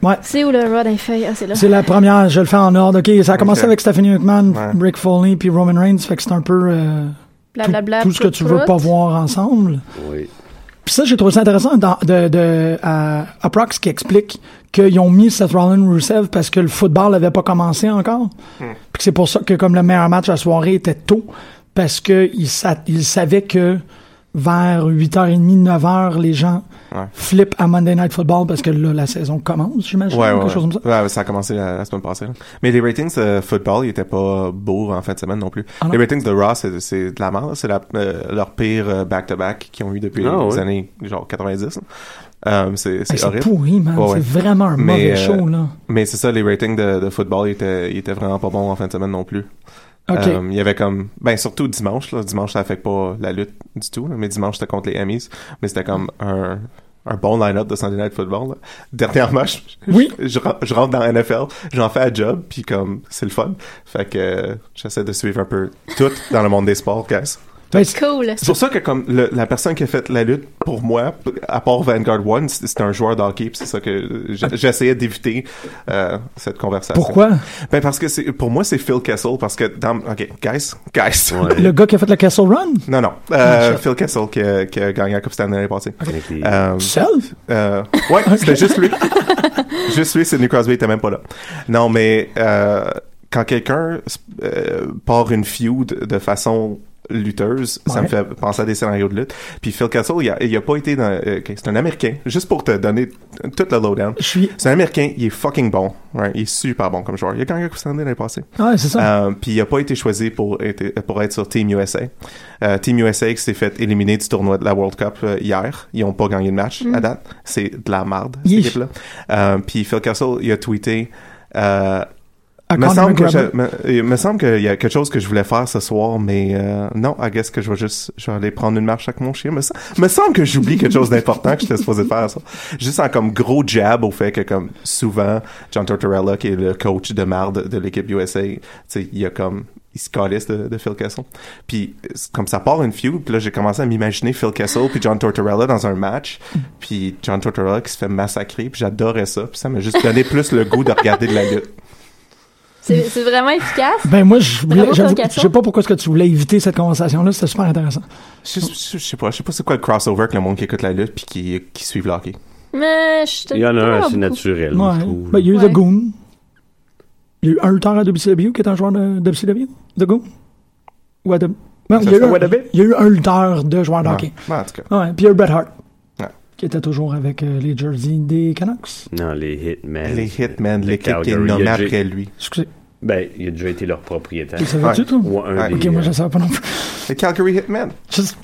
G: Ouais.
I: C'est où le Rod and Feuille? Ah, c'est là.
G: C'est la première, je le fais en ordre. OK, ça a commencé
H: Ok.
G: avec Stephanie McMahon,
H: Ouais.
G: Rick Foley, puis Roman Reigns. Fait que c'est un peu euh, tout,
I: Blablabla.
G: tout ce que tu veux pas voir ensemble.
J: Oui.
G: Puis ça, j'ai trouvé ça intéressant dans, de, de à- à Prox qui explique qu'ils ont mis Seth Rollins Rusev parce que le football n'avait pas commencé encore. Puis que c'est pour ça que comme le meilleur match à la soirée était tôt, parce que ils sa- ils savaient que vers 8h30, 9h, les gens
H: Ouais.
G: flippent à Monday Night Football parce que là, la saison commence, j'imagine,
H: Ouais, ouais.
G: quelque
H: ouais.
G: chose comme ça.
H: Ouais, ça a commencé la, la semaine passée. là. Mais les ratings de football, ils étaient pas beaux en fin de semaine non plus.
G: Ah non?
H: les ratings de Raw, c'est, c'est de la merde. C'est la- euh, leur pire euh, back-to-back qu'ils ont eu depuis
J: Ah,
H: les
J: ouais.
H: années genre 90. là. Euh, c'est, c'est
G: Hey, C'est
H: horrible.
G: pourri, man.
H: Ouais, ouais.
G: C'est vraiment un
H: Mais,
G: mauvais
H: euh,
G: show, là.
H: Mais c'est ça, les ratings de, de football, ils étaient, ils étaient vraiment pas bons en fin de semaine non plus.
G: OK.
H: Euh, il y avait comme ben surtout dimanche là, dimanche ça affecte pas la lutte du tout là, mais dimanche c'était contre les Amis, mais c'était comme un un bon line-up de Sunday Night Football. Là. Dernièrement, je,
G: Oui.
H: je, je ren- je rentre dans NFL, j'en fais un job, puis comme, c'est le fun. Fait que euh, j'essaie de suivre un peu tout dans le monde des sports, guys.
G: Fait Ben, que
H: c'est-
I: Cool.
H: C'est pour ça que comme le- la personne qui a fait la lutte pour moi, p- à part Vanguard One, c'est c'est un joueur de hockey, puis c'est ça que j'a- j'essayais d'éviter euh, cette conversation.
G: Pourquoi?
H: Ben parce que c'est pour moi c'est Phil Kessel parce que dans ok guys guys
G: Le gars qui a fait le Castle Run?
H: non non euh,
G: Ah, shit.
H: Phil Kessel qui a, qui a gagné la Coupe Stanley l'année passée. Euh,
G: Self?
H: euh, ouais, c'était juste lui. juste lui, Sidney Crosby était même pas là. Non, mais euh, quand quelqu'un euh, part une feud de façon lutteuse, ça
G: Ouais.
H: me fait penser à des scénarios de lutte. Puis Phil Castle, il a, il a pas été dans... euh, ok, c'est un Américain, juste pour te donner tout le lowdown.
G: Je suis.
H: C'est un Américain, il est fucking bon. right? Il est super bon comme joueur. Il a gagné la Coupe Stanley l'année passée.
G: Ouais, c'est ça.
H: Euh, puis il a pas été choisi pour être, pour être sur Team USA. Euh, Team USA qui s'est fait éliminer du tournoi de la World Cup euh, hier. Ils ont pas gagné de match à date. C'est de la marde, cette
G: Mm. Yeesh.
H: équipe-là. Euh, puis Phil Castle, il a tweeté... Euh,
G: À
H: me
G: Conor
H: semble, que
G: McGregor.
H: je- me, il me semble qu'il y a quelque chose que je voulais faire ce soir, mais euh, non, I guess que je vais juste je vais aller prendre une marche avec mon chien. Me, sem- me semble que j'oublie quelque chose d'important que j'étais supposé faire. Ça. Juste en comme gros jab au fait que comme souvent, John Tortorella, qui est le coach de marde de l'équipe USA, tu sais, il y a comme il se calisse de, de Phil Kessel. Puis c'est comme ça part une feud, puis là j'ai commencé à m'imaginer Phil Kessel puis John Tortorella dans un match, puis John Tortorella qui se fait massacrer, puis j'adorais ça, puis ça m'a juste donné plus le goût de regarder de la lutte.
I: C'est c'est vraiment efficace.
G: Ben moi, je voulais-
I: Bravo,
G: j'avoue-
I: Castle.
G: je sais pas pourquoi est-ce que tu voulais éviter cette conversation-là, c'était super intéressant.
H: Je, je- je sais pas, je sais pas c'est quoi le crossover avec le monde qui écoute la lutte puis qui, qui suivent le hockey.
I: Mais je te
J: Il y en a
I: pas
J: un, c'est
I: beaucoup.
J: naturel, je
G: Ouais.
J: trouve.
G: Ben, il y a eu
I: Ouais.
G: The Goon. Il y a eu un lutteur à WCW qui est un joueur de WCW. The Goon. Ou à W- Non,
H: Ça
G: il y, a eu
H: se
G: un,
H: fait Wadabit?
G: il y a eu un lutteur de joueur de hockey. Oh.
H: Ouais, en tout cas.
G: Ouais, puis il y a eu Bret Hart.
H: Ouais.
G: Qui était toujours avec euh, les jerseys des Canucks.
J: Non, les Hitmen.
H: Les Hitmen,
J: de
H: l'équipe qui est
J: Calgary, il
H: nommée
J: y a Jay-
H: après lui.
G: Excusez.
J: Ben, il a déjà été leur propriétaire.
G: Tu le savais-tu,
H: Ouais.
G: toi?
J: Ou un
H: Ouais.
J: des,
G: Ok, moi, je
J: euh,
G: le savais pas non plus.
H: Les Calgary Hitmen.
G: Just-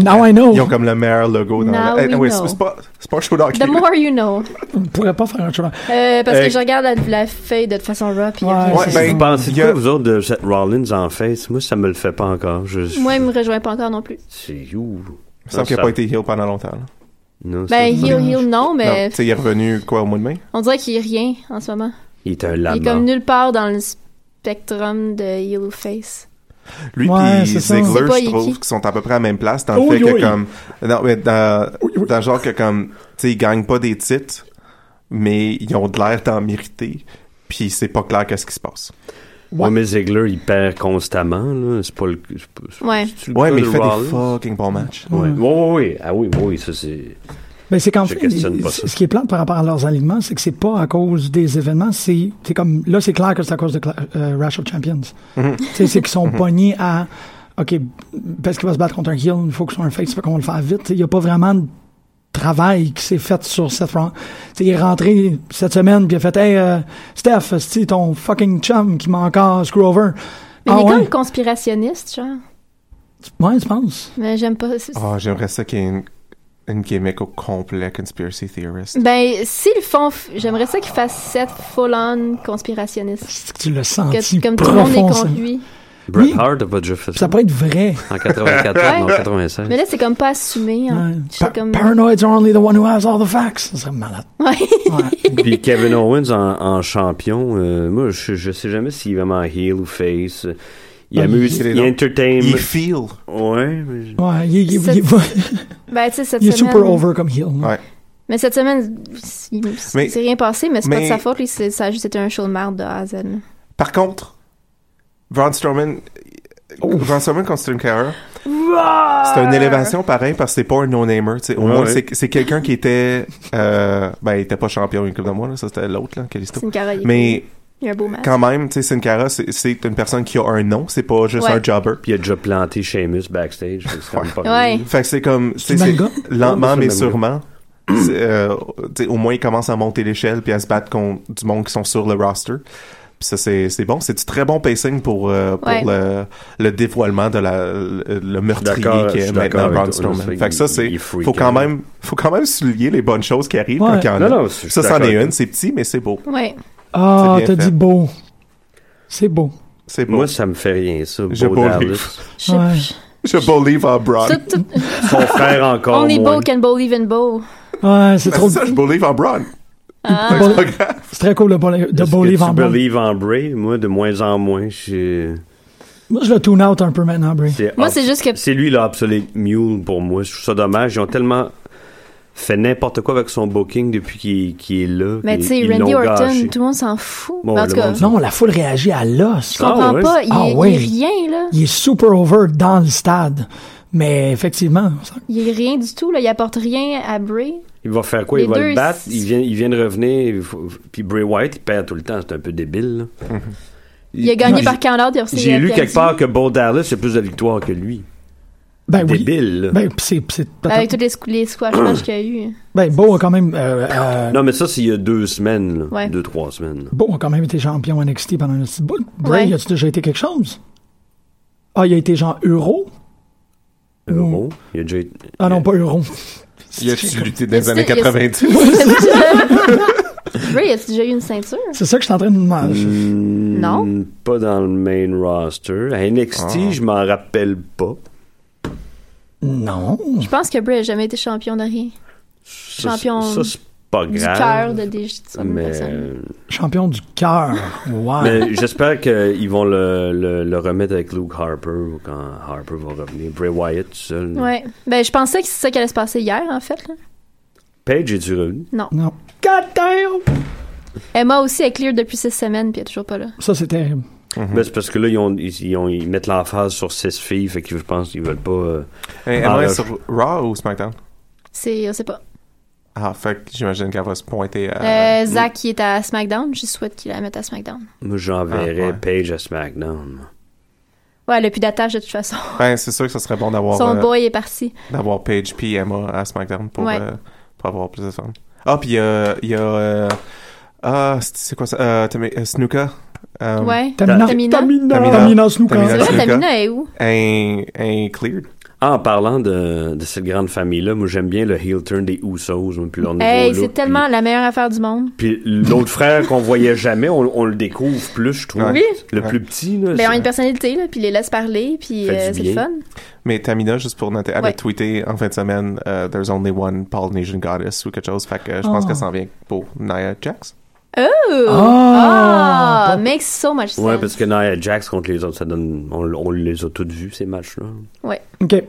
G: Now I know.
H: Ah, Ils ont comme le meilleur logo dans
I: Now
H: la...
I: we
H: oui,
I: know.
H: c'est c'est pas, c'est pas un show de hockey.
I: The more you know.
G: On pourrait pas faire un choix.
I: Euh, parce
H: Hey.
I: que je regarde la, la feuille de toute façon raw, puis il y a
G: Ouais,
I: rien.
H: Ouais, ben,
J: Vous pensez
H: il y a-
J: quoi, vous autres, de Seth Rollins en face? Moi, ça me le fait pas encore. Je...
I: Moi, il me rejoint pas encore non plus.
J: C'est you.
H: Il me semble qu'il a pas été heal pendant longtemps. là.
J: Non,
I: Ben,
J: c'est-
I: heal, heal, non,
H: Non,
I: mais
H: tu sais, il est revenu quoi au mois de mai?
I: on dirait qu'il est rien en ce moment.
J: Il est un
I: Il est
J: lama.
I: comme nulle part dans le spectrum de Yellow Face.
H: Lui
G: Ouais,
H: puis
G: c'est ça.
I: Je sais
H: Ziggler,
I: pas,
H: je
I: il est
H: trouve,
I: qui.
H: qui sont à peu près à la même place, dans le
G: Oui,
H: fait
G: oui.
H: que comme... Non, mais dans,
G: Oui, oui.
H: dans le genre que comme, tu sais, ils gagnent pas des titres, mais ils ont de l'air d'en mériter, puis c'est pas clair qu'est-ce qui se passe.
J: Ouais, mais Ziggler, il perd constamment, là. C'est pas le. c'est pas- c'est-
I: Ouais.
J: c'est-tu le
H: Ouais,
J: gars
H: mais
J: de
H: il fait
J: Rollins?
H: des fucking bons matchs.
J: Ouais. Ouais, ouais, ouais. Ah oui, oui, ça, c'est.
G: Ben, c'est qu'en
J: Je
G: fait,
J: questionne pas ça.
G: ce qui est plate par rapport à leurs alignements, c'est que c'est pas à cause des événements, c'est c'est comme là c'est clair que c'est à cause de Cla- euh, Rash of Champions.
J: Mm-hmm.
G: Tu sais, c'est qu'ils sont pognés à OK, parce qu'il va se battre contre un heel, il faut que ce soit un face, fait qu'on va le faire vite. Il n'y a pas vraiment de travail qui s'est fait sur Seth Rollins. Tu sais, il est rentré cette semaine puis il a fait Hey euh, Steph, c'est ton fucking chum qui m'a encore screw over. Ah
I: Mais il est
G: ouais?
I: comme conspirationniste, genre.
G: Ouais, je pense.
I: Mais j'aime pas. c'est-
H: Ah, j'aimerais ça qu'il y ait une, une gimmick au complet conspiracy theorist.
I: Ben, s'ils font, f- j'aimerais ça qu'ils fassent cette full-on conspirationniste.
G: C'est que tu l'as
I: Que-
G: senti
I: comme tout le monde est
G: profond, ça.
I: contre lui.
J: Bret
G: Oui.
J: Hart a pas déjà fait ça.
G: Ça pourrait être vrai.
J: En 84,
I: Ouais.
J: non, 96.
I: Mais là, c'est comme pas assumé. Hein.
G: Ouais.
I: Je sais
G: Pa-
I: comme...
G: Paranoids are only the one who has all the facts. Ça serait malade.
I: Ouais.
G: Ouais.
J: Puis Kevin Owens en, en champion, euh, moi, je, je sais jamais s'il est vraiment heel ou face. Il
G: Ah,
J: amuse,
H: il est
J: il,
H: là.
J: entertain.
H: Il feel.
J: Ouais, mais-
G: Ouais, il, il- il-
I: Cette-
G: il va-
I: Ben, tu sais, cette
G: il est
I: semaine.
G: super over comme heel.
H: Ouais.
I: Mais cette semaine, il il
H: Mais-
I: s'est rien passé, mais c'est pas de
H: mais-
I: sa faute. Lui, c'est- ça a juste été un show de merde de A à Z.
H: Par contre, Braun Strowman, Braun Strowman contre Sting Carrera, c'est
I: Euh.
H: une élévation pareil parce que c'est pas un no-namer. tu sais. Au
J: Ouais,
H: moins,
J: ouais.
H: c'est- c'est quelqu'un qui était. euh, ben, il était pas champion une coupe de moi, là, ça c'était l'autre, là,
I: C'est
H: Calisto.
I: une carrière.
H: Mais
I: Il y a un beau match.
H: quand même, tu sais, Sin Cara, c'est- c'est une personne qui a un nom, c'est pas juste
I: Ouais.
H: un jobber.
J: Puis il a déjà planté Sheamus backstage. fait que C'est quand même pas
I: Ouais.
H: Fait que c'est comme,
G: C'est
H: tu sais,
G: le
H: c'est hein,
G: même
J: Ouais,
H: lentement
J: c'est le
H: mais
J: même
H: sûrement. c'est, euh, tu sais, au moins, ils commencent à monter l'échelle puis à se battre contre du monde qui sont sur le roster. Puis ça, c'est c'est bon. C'est du très bon pacing pour, euh, pour
I: Ouais.
H: le, le dévoilement de la, le, le meurtrier
J: D'accord,
H: qui
J: je
H: est
J: suis
H: maintenant
J: d'accord
H: Braun
J: avec toi,
H: Strowman.
J: là, c'est-
H: Fait que ça, c'est
J: il est freak,
H: faut quand
J: hein.
H: même faut quand même souligner les bonnes choses qui arrivent
G: Ouais.
H: quand il y en
J: Non,
H: a.
J: non, je suis
H: ça, c'en
J: d'accord
H: est
J: avec
H: une.
J: toi.
H: C'est petit, mais c'est beau.
I: Ouais.
G: Ah,
H: C'est bien
G: t'as
H: fait.
G: dit beau. C'est beau.
H: C'est beau.
J: Moi, ça me fait rien, ça.
H: Je
J: Beau
H: believe.
J: Dallas.
I: Je sais
G: Ouais.
I: plus.
H: Je believe en Braun.
I: Tout- tout-
J: Son frère encore.
I: Only
J: moins.
I: Bo can believe in Bo.
G: Ouais, c'est
H: Ben,
G: trop.
H: c'est ça, je believe en Braun.
I: Ah.
H: C'est pas grave.
G: C'est très cool le bol- de
J: Est-ce
G: beau
J: que
G: livre en
J: tu
G: blanc.
J: believe en Bray? Moi, de moins en moins, je...
G: Moi, je le tune out un peu maintenant, Brie.
I: Moi,
J: ob-
I: c'est juste que-
J: C'est lui l'obsolete mule pour moi. Je trouve ça dommage. Ils ont tellement fait n'importe quoi avec son booking depuis qu'il qu'il est là.
I: Mais
J: qu'ils-
I: tu sais,
J: ils
I: Randy
J: l'ont
I: Orton,
J: gâché.
I: tout le monde s'en fout.
J: Bon,
I: Mais en
J: le
I: tout cas,
J: monde
G: Non, la foule réagit à l'os.
I: je comprends
J: ouais.
I: pas. Il,
G: Ah
I: est- il
G: ouais.
I: est rien, là.
G: Il est super over dans le stade. Mais effectivement, ça-
I: Il est rien du tout, là. Il apporte rien à Bray.
J: Il va faire quoi? Il
I: Les
J: va
I: deux,
J: le battre.
I: c'est-
J: Il vient, il vient de revenir. il faut- Puis Bray White, il perd tout le temps. C'est un peu débile. là.
I: Il a gagné par count-out. il a reçu- il
J: J'ai
I: a
J: lu
I: perdu.
J: quelque part que Bo Dallas c'est plus de victoires que lui.
G: ben oui.
J: Débile. là.
G: Ben, pis c'est c'est peut-être-
I: Avec tous les, squ- les squash matchs qu'il y a eu.
G: ben, Beau a quand même. euh, euh,
J: non, mais ça, c'est il y a deux semaines. là.
I: Ouais.
J: Deux, trois semaines. là.
G: Beau a quand même été champion NXT pendant un petit bout. Bray,
I: Ouais.
G: a-tu déjà été quelque chose? Ah, il a été genre euro?
J: Euro. Il y a déjà été-
G: Ah non, pas euro.
H: Il a lutté dans les
I: C'est-
H: années
I: il y a-
H: 90.
I: Bray, a-tu déjà eu une ceinture?
G: C'est ça que je suis en train de me demander.
J: Hmm,
I: Non.
J: Pas dans le main roster. À NXT, je m'en rappelle pas.
G: Non.
I: Je pense que Bray a jamais été champion de rien.
J: Ça,
I: Champion
J: Ça, c'est pas
I: Du
J: grave.
I: cœur de des de
J: mais
I: personnes.
G: Champion du cœur. Wow.
J: mais j'espère qu'ils vont le, le, le remettre avec Luke Harper quand Harper va revenir. Bray Wyatt tout seul. là.
I: Ouais. Ben, je pensais que c'est ça qui allait se passer hier, en fait. là.
J: Paige est-tu revenu?
G: Non. God damn!
I: Emma aussi est clear depuis six semaines, puis elle est toujours pas là.
G: Ça, c'est terrible.
J: Mais c'est parce que là, ils, ont, ils, ils ont- ils mettent l'emphase sur six filles, fait que je pense qu'ils veulent pas... euh,
H: Hey,
J: Ah,
H: Emma est
J: là,
H: sur Raw ou SmackDown?
I: C'est, on sait pas.
H: Ah, fait que j'imagine qu'elle va se pointer à...
I: Euh, Zach, il est à SmackDown. Je souhaite qu'il la mette à SmackDown.
J: Ah, Moi, j'enverrais
H: Ah, ouais.
J: Paige à SmackDown.
I: Ouais, elle a plus d'attache de toute façon.
H: Ben, c'est sûr que ça serait bon
J: Ah,
H: d'avoir
I: Son
H: euh,
I: boy est parti.
H: d'avoir Paige puis Emma à SmackDown pour,
I: Ouais.
H: euh, pour avoir plus de fun. Ah, puis il y a... il y a, euh, ah, c'est c'est quoi ça? Euh, Tami- euh, Snuka?
J: Ah,
H: Euh,
I: Ouais.
G: Tamina.
I: Tamina.
G: Tamina.
H: Tamina
G: Snuka.
I: C'est
H: Tamina
I: vrai,
H: Snuka.
I: Tamina est où?
H: Un, un cleared.
J: Ah, en parlant de, de cette grande famille-là, moi, j'aime bien le heel turn des Usos. moi, Puis leur nouveau
I: Hey,
J: look,
I: c'est tellement la meilleure affaire du monde.
J: Puis, puis l'autre frère qu'on voyait jamais, on, on le découvre plus, je trouve.
I: Oui.
J: Le
H: Ouais.
J: plus petit, là.
I: Ben, on a une personnalité, là, puis il les laisse parler, puis
J: Fait
I: euh,
J: du
I: c'est le
J: bien.
I: fun.
H: Mais Tamina, juste pour noter, elle a
I: Ouais.
H: tweeté en fin de semaine euh, There's only one Polynesian goddess ou quelque chose. Fait que je pense
G: Oh.
H: qu'elle s'en vient pour Nia Jax.
I: Ooh!
G: Ah!
I: Ah! Makes so much sense.
J: Ouais, parce que Nia Jax contre les autres, ça donne. On, on les a toutes vus, ces matchs-là.
G: OK. Euh,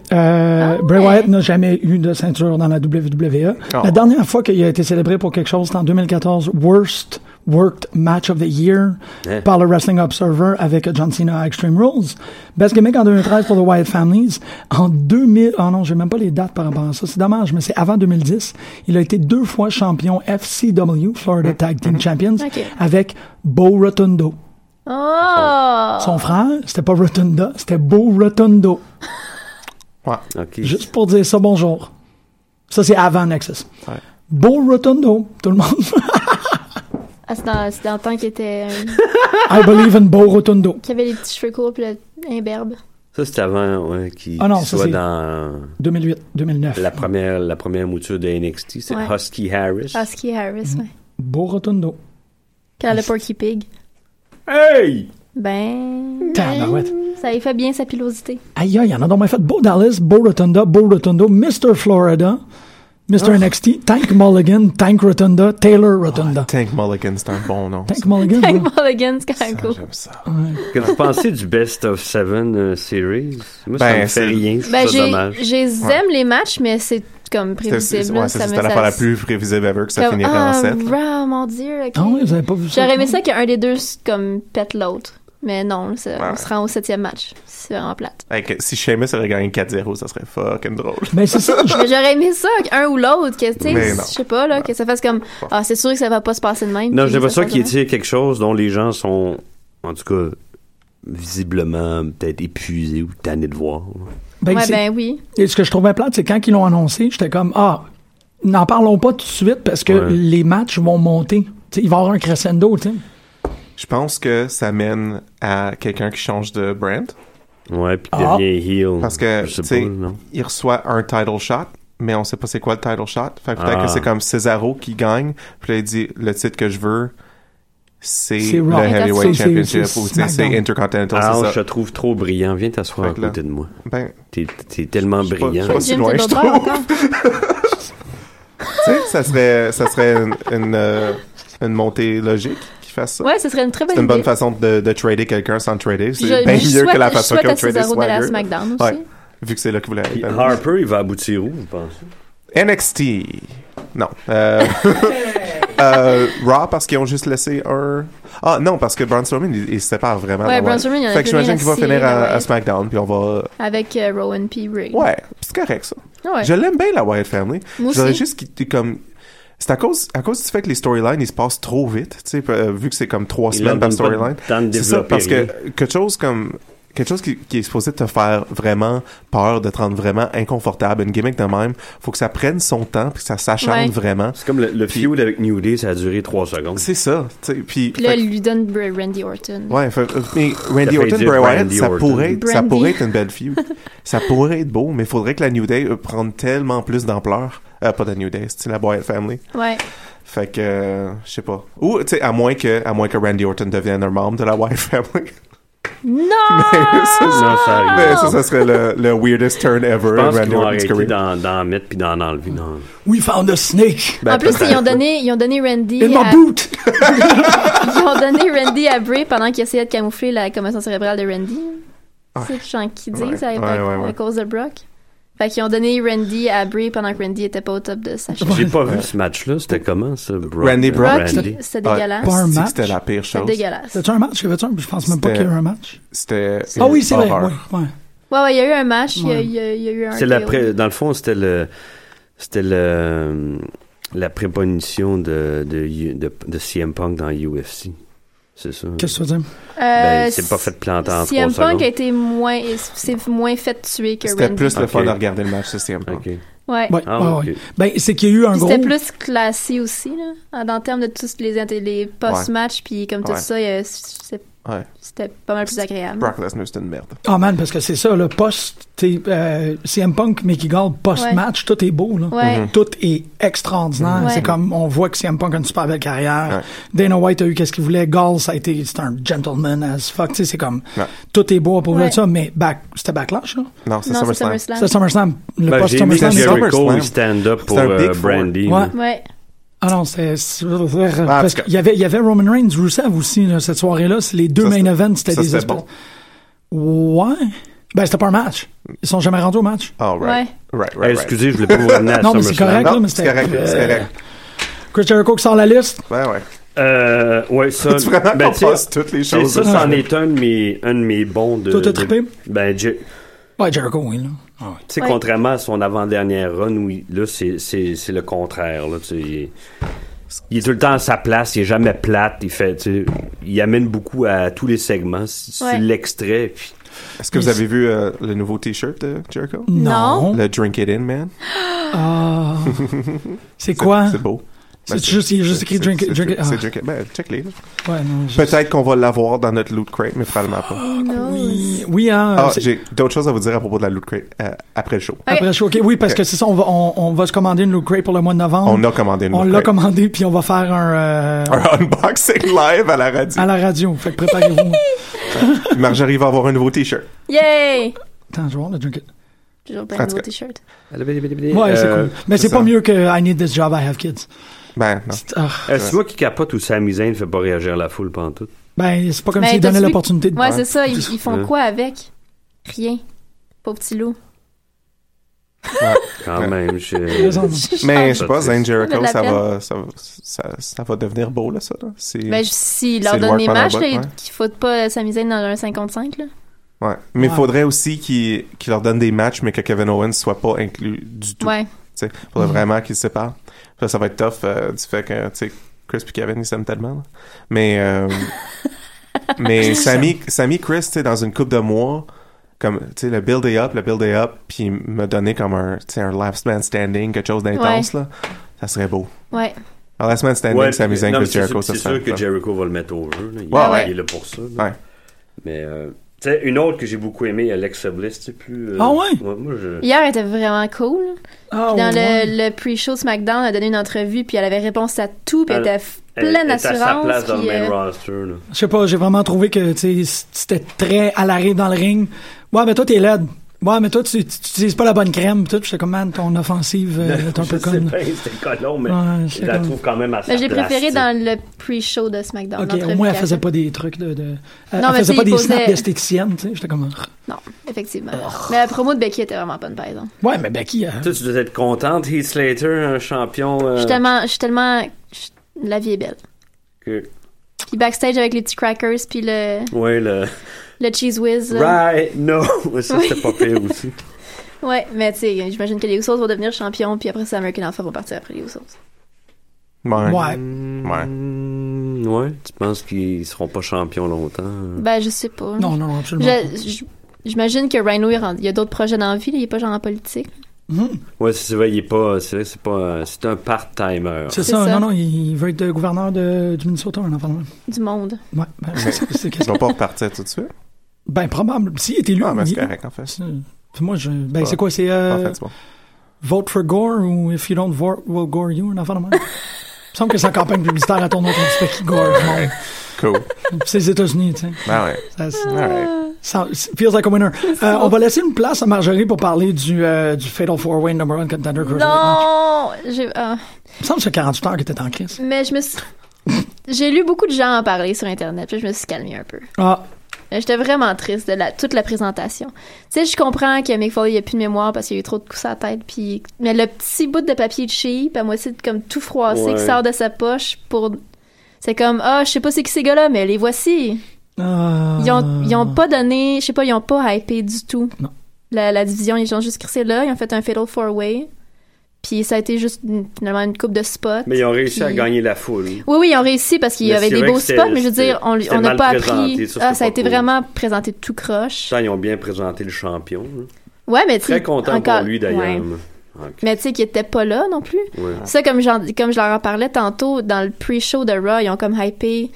I: Ah
G: Bray
I: ouais.
G: Wyatt n'a jamais eu de ceinture dans la WWE.
H: Oh.
G: La dernière fois qu'il a été célébré pour quelque chose, c'était en 2014, Worst Worked Match of the Year
J: Hein?
G: par le Wrestling Observer avec John Cena à Extreme Rules. Best Gimmick en 2013 pour The Wyatt Families. En 2000, oh non, j'ai même pas les dates par rapport à ça, c'est dommage, mais c'est avant 2010. Il a été deux fois champion FCW, Florida Tag Team Champions,
I: Ok.
G: avec Bo Rotundo.
I: Oh!
J: Ah.
G: Son frère, c'était pas Rotunda, c'était Bo Rotundo.
J: OK.
G: Juste pour dire ça, bonjour. Ça, c'est avant Nexus.
H: Ouais.
G: Beau Rotundo, tout le monde.
I: Ah, c'est dans, c'est dans le temps qu'il était. euh,
G: I believe in Beau Rotundo.
I: qu'il avait les petits cheveux courts, puis le imberbe.
J: Ça, c'était avant ouais, qu'il
G: Ah non,
J: qu'il
G: ça,
J: soit
G: c'est-
J: dans
G: 2008, 2009.
J: la première, la première mouture de NXT. C'est
I: Ouais.
J: Husky Harris.
I: Husky Harris, ouais.
G: Beau Rotundo.
I: Quand le Porky Pig.
J: Hey!
I: Ben.
G: Tabarouette.
I: Ça lui fait bien sa pilosité.
G: Aïe, aïe, il y en a donc bien fait. Beau Dallas, Beau Rotunda, Beau Rotundo, Mr. Florida, Mr. NXT, Tank Mulligan, Tank Rotunda, Taylor Rotunda.
H: Tank Mulligan, c'est un bon nom.
G: Tank Mulligan,
I: Avec
G: ouais.
I: Mulligan, c'est quand même cool.
H: J'aime ça.
J: Que vous pensez du Best of Seven euh, Series? Moi, ça
H: Ben,
J: me fait
H: c'est-
J: rien. Je
I: Ben,
J: trouve ça
I: j'ai,
J: dommage.
I: j'aime les matchs, mais c'est comme
H: C'était
I: prévisible.
H: c'est-
I: là,
H: ouais, c'est-
I: ça me-
H: c'était
I: ça-
H: l'affaire la plus prévisible ever que ça
I: comme,
H: finirait
I: ah,
H: en 7.
I: rah, mon dieu, ok.
G: Ah ouais, vous avez pas vu ça?
I: J'aurais aimé
G: non?
I: ça qu'un des deux comme pète l'autre. Mais non, ça- on se rend au septième match. C'est vraiment plate.
H: si Sheamus aurait gagné 4-0, ça serait fucking drôle.
G: Mais Ben, c'est ça. je-
I: Mais j'aurais aimé ça, un ou l'autre, que tu sais,
H: Mais non.
I: je sais pas, là, que ça fasse comme Ah, c'est sûr que ça va pas se passer de même.
J: Non,
I: puis
J: j'ai
I: ça
J: l'impression
I: se passe
J: qu'il
I: de
J: y ait quelque chose dont les gens sont, en tout cas, visiblement peut-être épuisés ou tannés de voir.
G: ben,
I: même. Ouais,
G: c'est-
I: ben oui.
G: Et ce que je trouvais plate, c'est quand ils l'ont annoncé, j'étais comme ah, n'en parlons pas tout de suite parce que
J: Ouais.
G: les matchs vont monter. T'sais, il va y avoir un crescendo, tu sais.
H: Je pense que ça mène à quelqu'un qui change de brand.
J: Ouais, puis qui
G: Ah.
J: devient heel.
H: Parce que,
J: je sais
H: tu
J: pas,
H: sais,
J: non?
H: il reçoit un title shot, mais on sait pas c'est quoi le title shot. Fait que peut-être
J: Ah.
H: que c'est comme Cesaro qui gagne, puis là, il dit le titre que je veux, c'est
G: C'est
H: le
G: Raw.
H: Heavyweight
G: C'est-
H: Championship
G: c'est-
H: ou tu
G: c'est
H: sais, c'est
G: SmackDown.
H: Intercontinental,
J: Ah,
H: c'est
J: je
H: ça.
J: te trouve trop brillant. Viens t'asseoir à
H: Fait que là-
J: côté de moi.
H: Ben,
J: T'es t'es tellement
H: je suis pas- je
J: brillant.
H: suis pas si
I: Jim,
H: loin,
I: c'est
H: je
I: l'autre
H: trouve.
I: encore.
H: Tu sais, ça serait, ça serait une, une, euh, une montée logique qui fasse ça.
I: Ouais, ce serait une très bonne
H: C'est une bonne
I: idée.
H: façon de, de trader quelqu'un sans le trader.
I: Puis je-
H: C'est bien
I: je
H: mieux
I: souhaite-
H: que la
I: je
H: façon
I: souhaite
H: qu'on
I: à
H: trade
I: Cesaro d'aller à
H: Swagger.
I: SmackDown aussi.
H: Ouais. Vu que c'est là que vous l'avez.
J: Puis Harper, il va aboutir où, vous pensez?
H: NXT. Non. Euh, euh, Raw, parce qu'ils ont juste laissé un. Ah, non, parce que Braun Strowman, il, il se sépare vraiment.
I: Ouais,
H: là,
I: Braun Strowman, il y en a
H: Fait que
I: plus rien
H: j'imagine qu'il va
I: à cirer,
H: finir à,
I: là, ouais.
H: à SmackDown, puis on va.
I: Avec euh, Rowan P. Ray.
H: Ouais, c'est correct, ça.
I: Ouais.
H: Je l'aime bien, la Wyatt Family.
I: Moi
H: J'aurais
I: aussi.
H: juste quitté comme. C'est à cause, à cause du fait que les storylines, ils se passent trop vite, tu sais, euh, vu que c'est comme trois
J: Ils
H: semaines
J: leur
H: par
J: donnent pas
H: storyline.
J: de temps de
H: C'est ça,
J: développer
H: parce
J: rien.
H: que quelque chose comme. Quelque chose qui, qui est supposé te faire vraiment peur, de te rendre vraiment inconfortable, une gimmick de même, faut que ça prenne son temps, puis que ça s'acharne
I: Ouais.
H: vraiment.
J: C'est comme le, le feud avec New Day, ça a duré trois secondes.
H: C'est ça, tu sais, puis...
I: Puis là,
H: fait que-
I: il lui donne Br- Randy Orton.
H: Ouais, fait- euh, mais Randy
J: T'as fait
H: Orton,
J: dire
H: Bray Wyatt,
J: Randy
H: ça
J: Orton.
H: pourrait, être- ça
I: Brandy.
H: pourrait être une belle fille. ça pourrait être beau, mais il faudrait que la New Day euh, prenne tellement plus d'ampleur. Euh, pas la New Day, c'est la Wyatt Family.
I: Ouais.
H: Fait que, euh, je sais pas. Ou, tu sais, à moins que, à moins que Randy Orton devienne un membre de la Wyatt Family.
I: Non!
H: ça,
J: Non, ça
I: Oh!
J: arrive.
H: mais ben, ça, ça serait le, le weirdest turn ever.
J: Je pense qu'ils
H: Randy
J: vont
H: Orton's
J: arrêter
H: career.
J: d'en d'en mettre puis d'en enlever. Non.
G: We found a snake
H: Ben,
I: en plus,
H: peut-être.
I: ils ont donné, ils ont donné Randy.
G: in my
I: à-
G: boot!
I: ils ont donné Randy à Bray pendant qu'il essayait de camoufler la commotion cérébrale de Randy. C'est chant qui dit,
H: Ouais,
I: ça,
H: ouais,
I: à,
H: ouais, ouais.
I: à cause de Brock. Fait qu'ils ont donné Randy à Bray pendant que Randy était pas au top de sa chaîne.
J: J'ai pas vu ce match-là. C'était comment, ça? Brock,
H: Randy
J: euh,
H: Brock.
I: Brock,
J: Randy.
I: c'était
H: Ah,
I: dégueulasse.
G: Bar
H: c'est-tu que
G: match.
H: C'était la pire
I: C'était
H: chose.
I: dégueulasse.
G: C'était un match, y avait un? Je pense même pas
H: C'était-
G: qu'il y a eu un match.
H: C'était.
G: Ah
H: une
G: oui, c'est vrai.
H: horreur.
G: ouais, ouais.
I: Ouais, ouais, il y a eu un match, il y a-
G: Ouais.
I: il y, a- il y a eu un.
J: C'est la
I: KO.
J: pré- Dans le fond, c'était le. C'était le. La prémonition de, de, U- de, de CM Punk dans UFC. C'est ça.
G: Qu'est-ce que tu veux dire?
J: Ben,
I: Euh,
J: il s'est pas fait planter en
I: CM
J: trois
I: Punk a
J: secondes.
I: été moins, s'est moins fait tuer que
H: C'était
I: Randy.
H: plus le
J: Ok.
H: fun de regarder le match, c'est CM Punk.
J: Ok.
I: Ouais.
G: Ouais,
J: Ah,
G: ouais,
J: ok.
G: ouais. Ben, c'est qu'il y a eu un
I: Puis
G: gros.
I: C'était plus classé aussi, là, en- dans le terme de tous les, inté- les post-match, puis comme tout
H: Ouais.
I: ça, il y a- c'est-
H: Ouais.
I: c'était pas mal plus agréable.
H: Brock Lesnar, c'était une merde.
G: Ah man, parce que c'est ça, le post, t'es, euh, CM Punk, Mickey Gall, post-match, tout est beau, là.
I: Ouais.
H: Mm-hmm.
I: Mhm.
G: Tout est extraordinaire.
I: Ouais.
G: C'est comme, on voit que CM Punk a une super belle carrière.
H: Ouais.
G: Dana White a eu qu'est-ce qu'il voulait. Gall, ça a été, c'est un gentleman as fuck. Tu sais, c'est comme,
H: Ouais.
G: tout est beau à propos
I: Ouais.
G: de ça, mais back, c'était backlash, là.
H: Non, c'est
I: Non, c'est
H: SummerSlam.
I: SummerSlam.
G: C'était SummerSlam. Le
J: Ben, j'ai aimé
G: post-SummerSlam.
J: quand
H: SummerSlam.
J: Jericho
H: SummerSlam.
J: il stand up pour
H: un big
J: euh,
H: four.
J: Brandy.
G: Ouais.
I: Ouais.
G: Ah non, c'est, c'est-
H: Ah,
G: parce
H: parce que-
G: qu'il y avait, il y avait Roman Reigns, Rusev aussi, là, cette soirée-là. C'est les deux
H: Ça,
G: main
H: c'était-
G: events, c'était
H: ça,
G: des
H: c'était
G: espèces.
H: bon.
G: Ouais. Ben, c'était pas un match. Ils sont jamais rendus au match.
H: Oh, right. Right, right,
J: Eh,
H: right.
J: excusez, je voulais pas vous ramener à
G: Non, mais c'est
J: SummerSlam.
G: correct, là,
H: Non,
G: mais
H: c'est
G: c'était.
H: correct, c'est
G: euh,
H: correct.
G: Chris Jericho qui sort la liste.
H: Ben ouais.
J: Euh, ouais, ça.
H: Tu vraiment
J: ben,
H: qu'on
J: tu sais,
H: passe toutes les
J: c'est
H: choses.
J: ça, c'en est un de mes, un de mes bons de.
G: Toi, t'as
J: de-
G: trippé?
J: Ben, Je- tu
G: Ouais, Jericho, oui. Là. Ah ouais.
J: sais,
I: Ouais.
J: contrairement à son avant-dernière run, où il- là, c'est, c'est, c'est le contraire, là, tu sais, il, est- il est tout le temps à sa place, il est jamais plate, il fait, tu sais, il amène beaucoup à tous les segments, c'est
I: Ouais.
J: l'extrait, puis
H: Est-ce que vous avez vu euh, le nouveau t-shirt de Jericho?
I: Non.
H: Le Drink It In Man.
G: Ah. c'est quoi?
H: C'est beau. Ben,
G: C'est juste- il y a juste
H: c'est-
G: écrit
H: c'est-
G: Drink It-
H: c'est-
G: Drink It-
H: C'est
G: ah.
H: Drink It. Ben, check les.
G: Ouais, non, je-
H: Peut-être qu'on va l'avoir dans notre loot crate, mais probablement
J: Oh,
I: Oh,
H: pas.
G: Oui, oui, hein.
H: Ah,
G: c'est-
H: j'ai d'autres choses à vous dire à propos de la loot crate euh, après le show.
G: Après, je suis OK. Oui, parce que c'est ça, on va, on, on va se commander une Loot Crate pour le mois de novembre.
H: On a commandé une
G: On
H: loot
G: l'a
H: crate. Ah,
G: commandé, puis on va faire un. euh,
H: Un unboxing live à la radio.
G: à la radio. Fait que préparez-vous. Ah.
H: Marjorie va avoir un nouveau t-shirt.
I: Yay!
G: Attends, je vais voir le Junket.
I: Toujours
H: En
I: plein de
H: tout
I: nouveaux
H: cas.
I: t-shirts.
G: Ouais, c'est
J: Euh,
G: cool. Mais c'est
H: ça.
G: pas mieux que I need this job, I have kids.
H: Ben, non.
G: Ah.
J: Euh, c'est moi qui capote ou Sami Zayn fait pas réagir la foule pendant tout.
G: Ben, c'est pas comme
I: Mais
G: s'il
I: t'as-tu
G: donnait
I: vu-
G: l'opportunité de.
I: Ouais, c'est ça, ils, ils font
J: Ouais.
I: quoi avec? Rien. Pauvre petit loup.
J: Quand même,
G: T'as
J: je...
G: raison.
H: Mais je sais pas,
J: Ça fait-
H: Zane
I: Ça
H: Jericho,
I: fait de la
H: ça
I: peine.
H: va, ça, va- ça, ça va devenir beau, là, ça. Là. C'est-
I: Ben, je-
H: C'est
I: s'ils leur
H: le
I: donnent des
H: work
I: matchs,
H: on the
I: là,
H: butt,
I: ils-
H: ouais.
I: qu'il faut pas s'amuser dans un 55, là.
H: Ouais. Mais il
G: Ouais.
H: faudrait aussi qu'il qu'il leur donne des matchs, mais que Kevin Owens soit pas inclus du tout.
I: Ouais.
H: Il
I: Mhm.
H: faudrait vraiment qu'ils se séparent. Ça, ça va être tough euh, du fait que tu sais, Chris et Kevin, ils s'aiment tellement. là. Mais, euh, mais Sammy, Sammy Chris, tu sais, dans une coupe de mois, comme tu sais, le build it up, le build it up, puis me donner comme un, tu sais, un last man standing, quelque chose d'intense, là, ça serait beau.
I: Ouais.
H: Un last man standing, Sammy Zayn,
J: non, mais
H: Chris
J: c'est
H: Jericho,
J: sûr,
H: ça
J: c'est
H: serait.
J: sûr que
H: là.
J: Jericho va le mettre au jeu. là. Il,
H: Ouais,
J: il
H: ouais.
J: est là pour ça. là.
H: Ouais.
J: Mais euh, tu sais, une autre que j'ai beaucoup aimée, Alexa Bliss, c'est plus. euh,
G: Ah ouais?
J: moi, je-
I: Hier, elle était vraiment cool.
G: Ah,
J: Oh,
I: Puis dans
G: ouais.
I: le, le pre-show SmackDown, elle a donné une entrevue, puis elle avait réponse à tout, puis elle
J: Elle-
I: était f- pleine
J: elle est à sa
I: d'assurance.
J: place dans le
I: puis,
J: main
I: euh,
J: roster. là.
G: Je sais pas, j'ai vraiment trouvé que tu sais, c'était très à l'arrêt dans le ring. Ouais, mais toi, t'es laide. Ouais, mais toi, tu, tu- tu utilises pas la bonne crème, pis tout. J'étais comme, man, ton offensive euh, est un peu
J: Je sais
G: conne.
J: pas, c'était colon, mais
G: Ouais,
J: je
G: c'est
J: la
G: comme-
J: trouve quand même assez.
I: Ben, je l'ai préféré dans le pre-show de SmackDown.
G: Ok,
I: l'entrevue
G: au moins, elle
I: qu'elle
G: faisait
I: fait.
G: pas des trucs de. de- elle,
I: Non,
G: elle
I: mais
G: faisait
I: tu
G: pas
I: y
G: des snaps
I: posais-
G: d'esthéticienne, tu sais. J'étais comme, ah.
I: Non, effectivement.
J: Oh.
I: Mais la promo de Becky était vraiment bonne, par exemple.
G: ouais, mais Becky, euh, elle-
J: Toi, tu dois être contente, Heath Slater, un champion. euh,
I: Je suis tellement. Je suis tellement. je- La vie est belle.
J: que-
I: Puis backstage avec les petits crackers, puis le,
J: Ouais, le.
I: le cheese whiz. euh,
J: Right, no! Ça, c'était pas pire aussi.
I: Ouais, mais tu sais, j'imagine que les Usos vont devenir champions, puis après ça, American Alpha vont partir après les Usos.
H: Ouais.
G: ouais.
H: Ouais.
J: Mm, ouais, tu penses qu'ils seront pas champions longtemps?
I: Ben, je sais pas.
G: Non, non, absolument.
I: Je- je- J'imagine que Rhino, il, rend- il y a d'autres projets dans la vie, là, il est pas genre en politique.
J: Ouais, c'est vrai, il est pas. C'est vrai que c'est pas. euh, C'est un part-timer.
G: C'est
I: C'est
G: ça,
I: ça.
G: non, non, il veut être euh, gouverneur de, du Minnesota, un enfant de même.
I: Du monde.
G: Ouais, ben, c'est- c'est- c'est
H: Ils
G: qu'est-ce
H: vont pas repartir tout de suite.
G: que- Ben, probable. S'il était élu,
H: Ah, mais
G: il-
H: c'est correct, en fait.
G: c'est- moi, je. Ben,
H: Ah.
G: c'est quoi, c'est.
H: En
G: euh,
H: fait, c'est bon.
G: Vote for Gore ou If you don't vote, we'll gore you, un enfant de même. Il me semble que sa campagne publicitaire à tourné autour du fait qu'il gore le monde.
H: Cool.
G: C'est les États-Unis, tu sais.
H: Ah ouais.
G: Ça, c'est-
H: All right.
J: Ah.
G: ça- feels like a winner. Euh, on va laisser une place à Marjorie pour parler du, euh, du Fatal Four Way Number One Contender Cruiserweight match.
I: Non! J'ai- ah.
G: Il me semble que c'est 48 heures que t'es en crise.
I: Mais je me suis... J'ai lu beaucoup de gens en parler sur Internet, puis je me suis calmée un peu.
G: Ah,
I: Euh, J'étais vraiment triste de la, toute la présentation. Tu sais, je comprends que Mick Foley, il a plus de mémoire parce qu'il a eu trop de coups à la tête. Puis... Mais le petit bout de papier de chie, puis à moitié de- comme tout froissé
J: Ouais.
I: qui sort de sa poche pour... C'est comme, ah, je sais pas c'est qui ces gars-là, mais les voici.
G: Ah.
I: Ils ont, ils ont pas donné, je sais pas, ils ont pas hypé du tout.
G: Non.
I: La, la division, ils ont juste crissé là, ils ont fait un Fatal Four Way. Puis ça a été juste une- finalement une coupe de spots.
J: Mais ils ont réussi à
I: Puis-
J: gagner la foule.
I: Oui, oui, ils ont réussi parce qu'il y
J: Mais
I: avait
J: c'est
I: des
J: vrai
I: beaux
J: que
I: spots,
J: c'était-
I: mais je veux dire, on
J: c'était
I: on n'a
J: mal
I: pas
J: présenté,
I: appris.
J: ça, c'était
I: ah, ça a
J: pas
I: été
J: cool.
I: vraiment présenté tout croche.
J: Ça, ils ont bien présenté le champion. là.
I: Ouais, mais tu sais,
J: Très content
G: Ah.
I: encore-
J: pour lui d'ailleurs.
I: ouais.
J: Ok,
I: Mais tu sais, qui était pas là non plus.
J: ouais.
I: Ça, comme, j'en- comme je leur en parlais tantôt, dans le pre-show de Raw, ils ont comme hypé.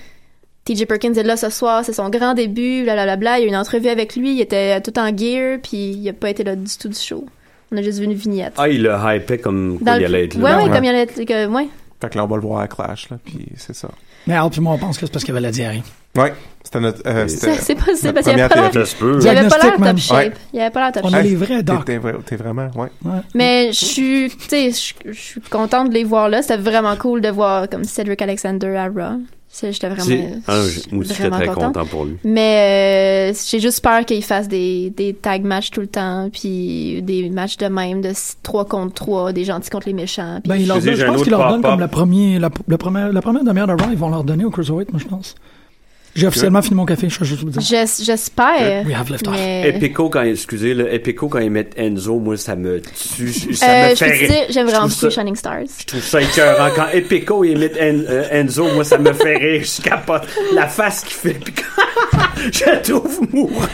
I: TJ Perkins est là ce soir, c'est son grand début, blablabla. Il y a eu une entrevue avec lui, il était tout en gear, puis il a pas été là du tout du show. On a juste vu une vignette.
J: Ah, il le hypait comme quoi
I: Dans
J: il
I: le-
J: allait être
I: ouais,
J: là.
I: ouais,
H: Ouais.
I: comme il allait être. que- ouais.
H: Fait que là, on va le voir à Clash, là, puis c'est ça.
G: Mais Al, puis moi, on pense que c'est parce qu'il y avait la diarrhée.
H: Ouais, c'était notre... euh,
I: Ça,
H: c'était-
I: c'est possible, parce qu'il
H: première
I: avait pas l'air-
J: Ça se peut.
I: il avait pas
G: Diagnostic,
I: l'air
G: man.
I: top shape.
H: Ouais.
I: Il avait pas l'air top
G: On
I: shape.
G: a
H: Hey,
G: les vrais docs.
H: T'es vra- t'es vraiment, ouais.
G: Ouais.
I: Mais je suis, tu sais, je je suis contente de les voir là. C'était vraiment cool de voir comme Cedric Alexander à Raw. C'est- J'étais
J: C'est-
I: vraiment,
J: Ah,
I: je suis
J: moi aussi, j'étais
I: vraiment
J: très
I: contente.
J: content pour lui.
I: Mais euh, j'ai juste peur qu'ils fassent des, des tag matchs tout le temps, puis des matchs de même, de 3 contre 3, des gentils contre les méchants. puis-
G: Ben, ils leur
J: Excusez,
G: donnent- je
J: j'ai un
G: pense
J: autre
G: qu'ils leur donnent
J: pop-up.
G: comme la, premier, la, le premier- la première demi-heure de Raw, ils vont leur donner au Cruiserweight, moi, je pense. J'ai officiellement fini mon café, je vais juste vous dire.
I: J'es- J'espère.
J: Euh,
G: We have left off.
I: mais- euh,
J: Epico, quand, excusez, le Epico, quand ils mettent Enzo, moi, ça me tue. je- Ça
I: Euh,
J: me fait
I: je peux te
J: rire.
I: dire, j'aime
J: Je
I: vraiment
J: trouve
I: beaucoup les
J: ça-
I: Shining Stars.
J: Je trouve ça écœurant. Quand Epico, il met En- euh, Enzo, moi, ça me fait rire. Je capote. La face qu'il fait. puis je la trouve mourant.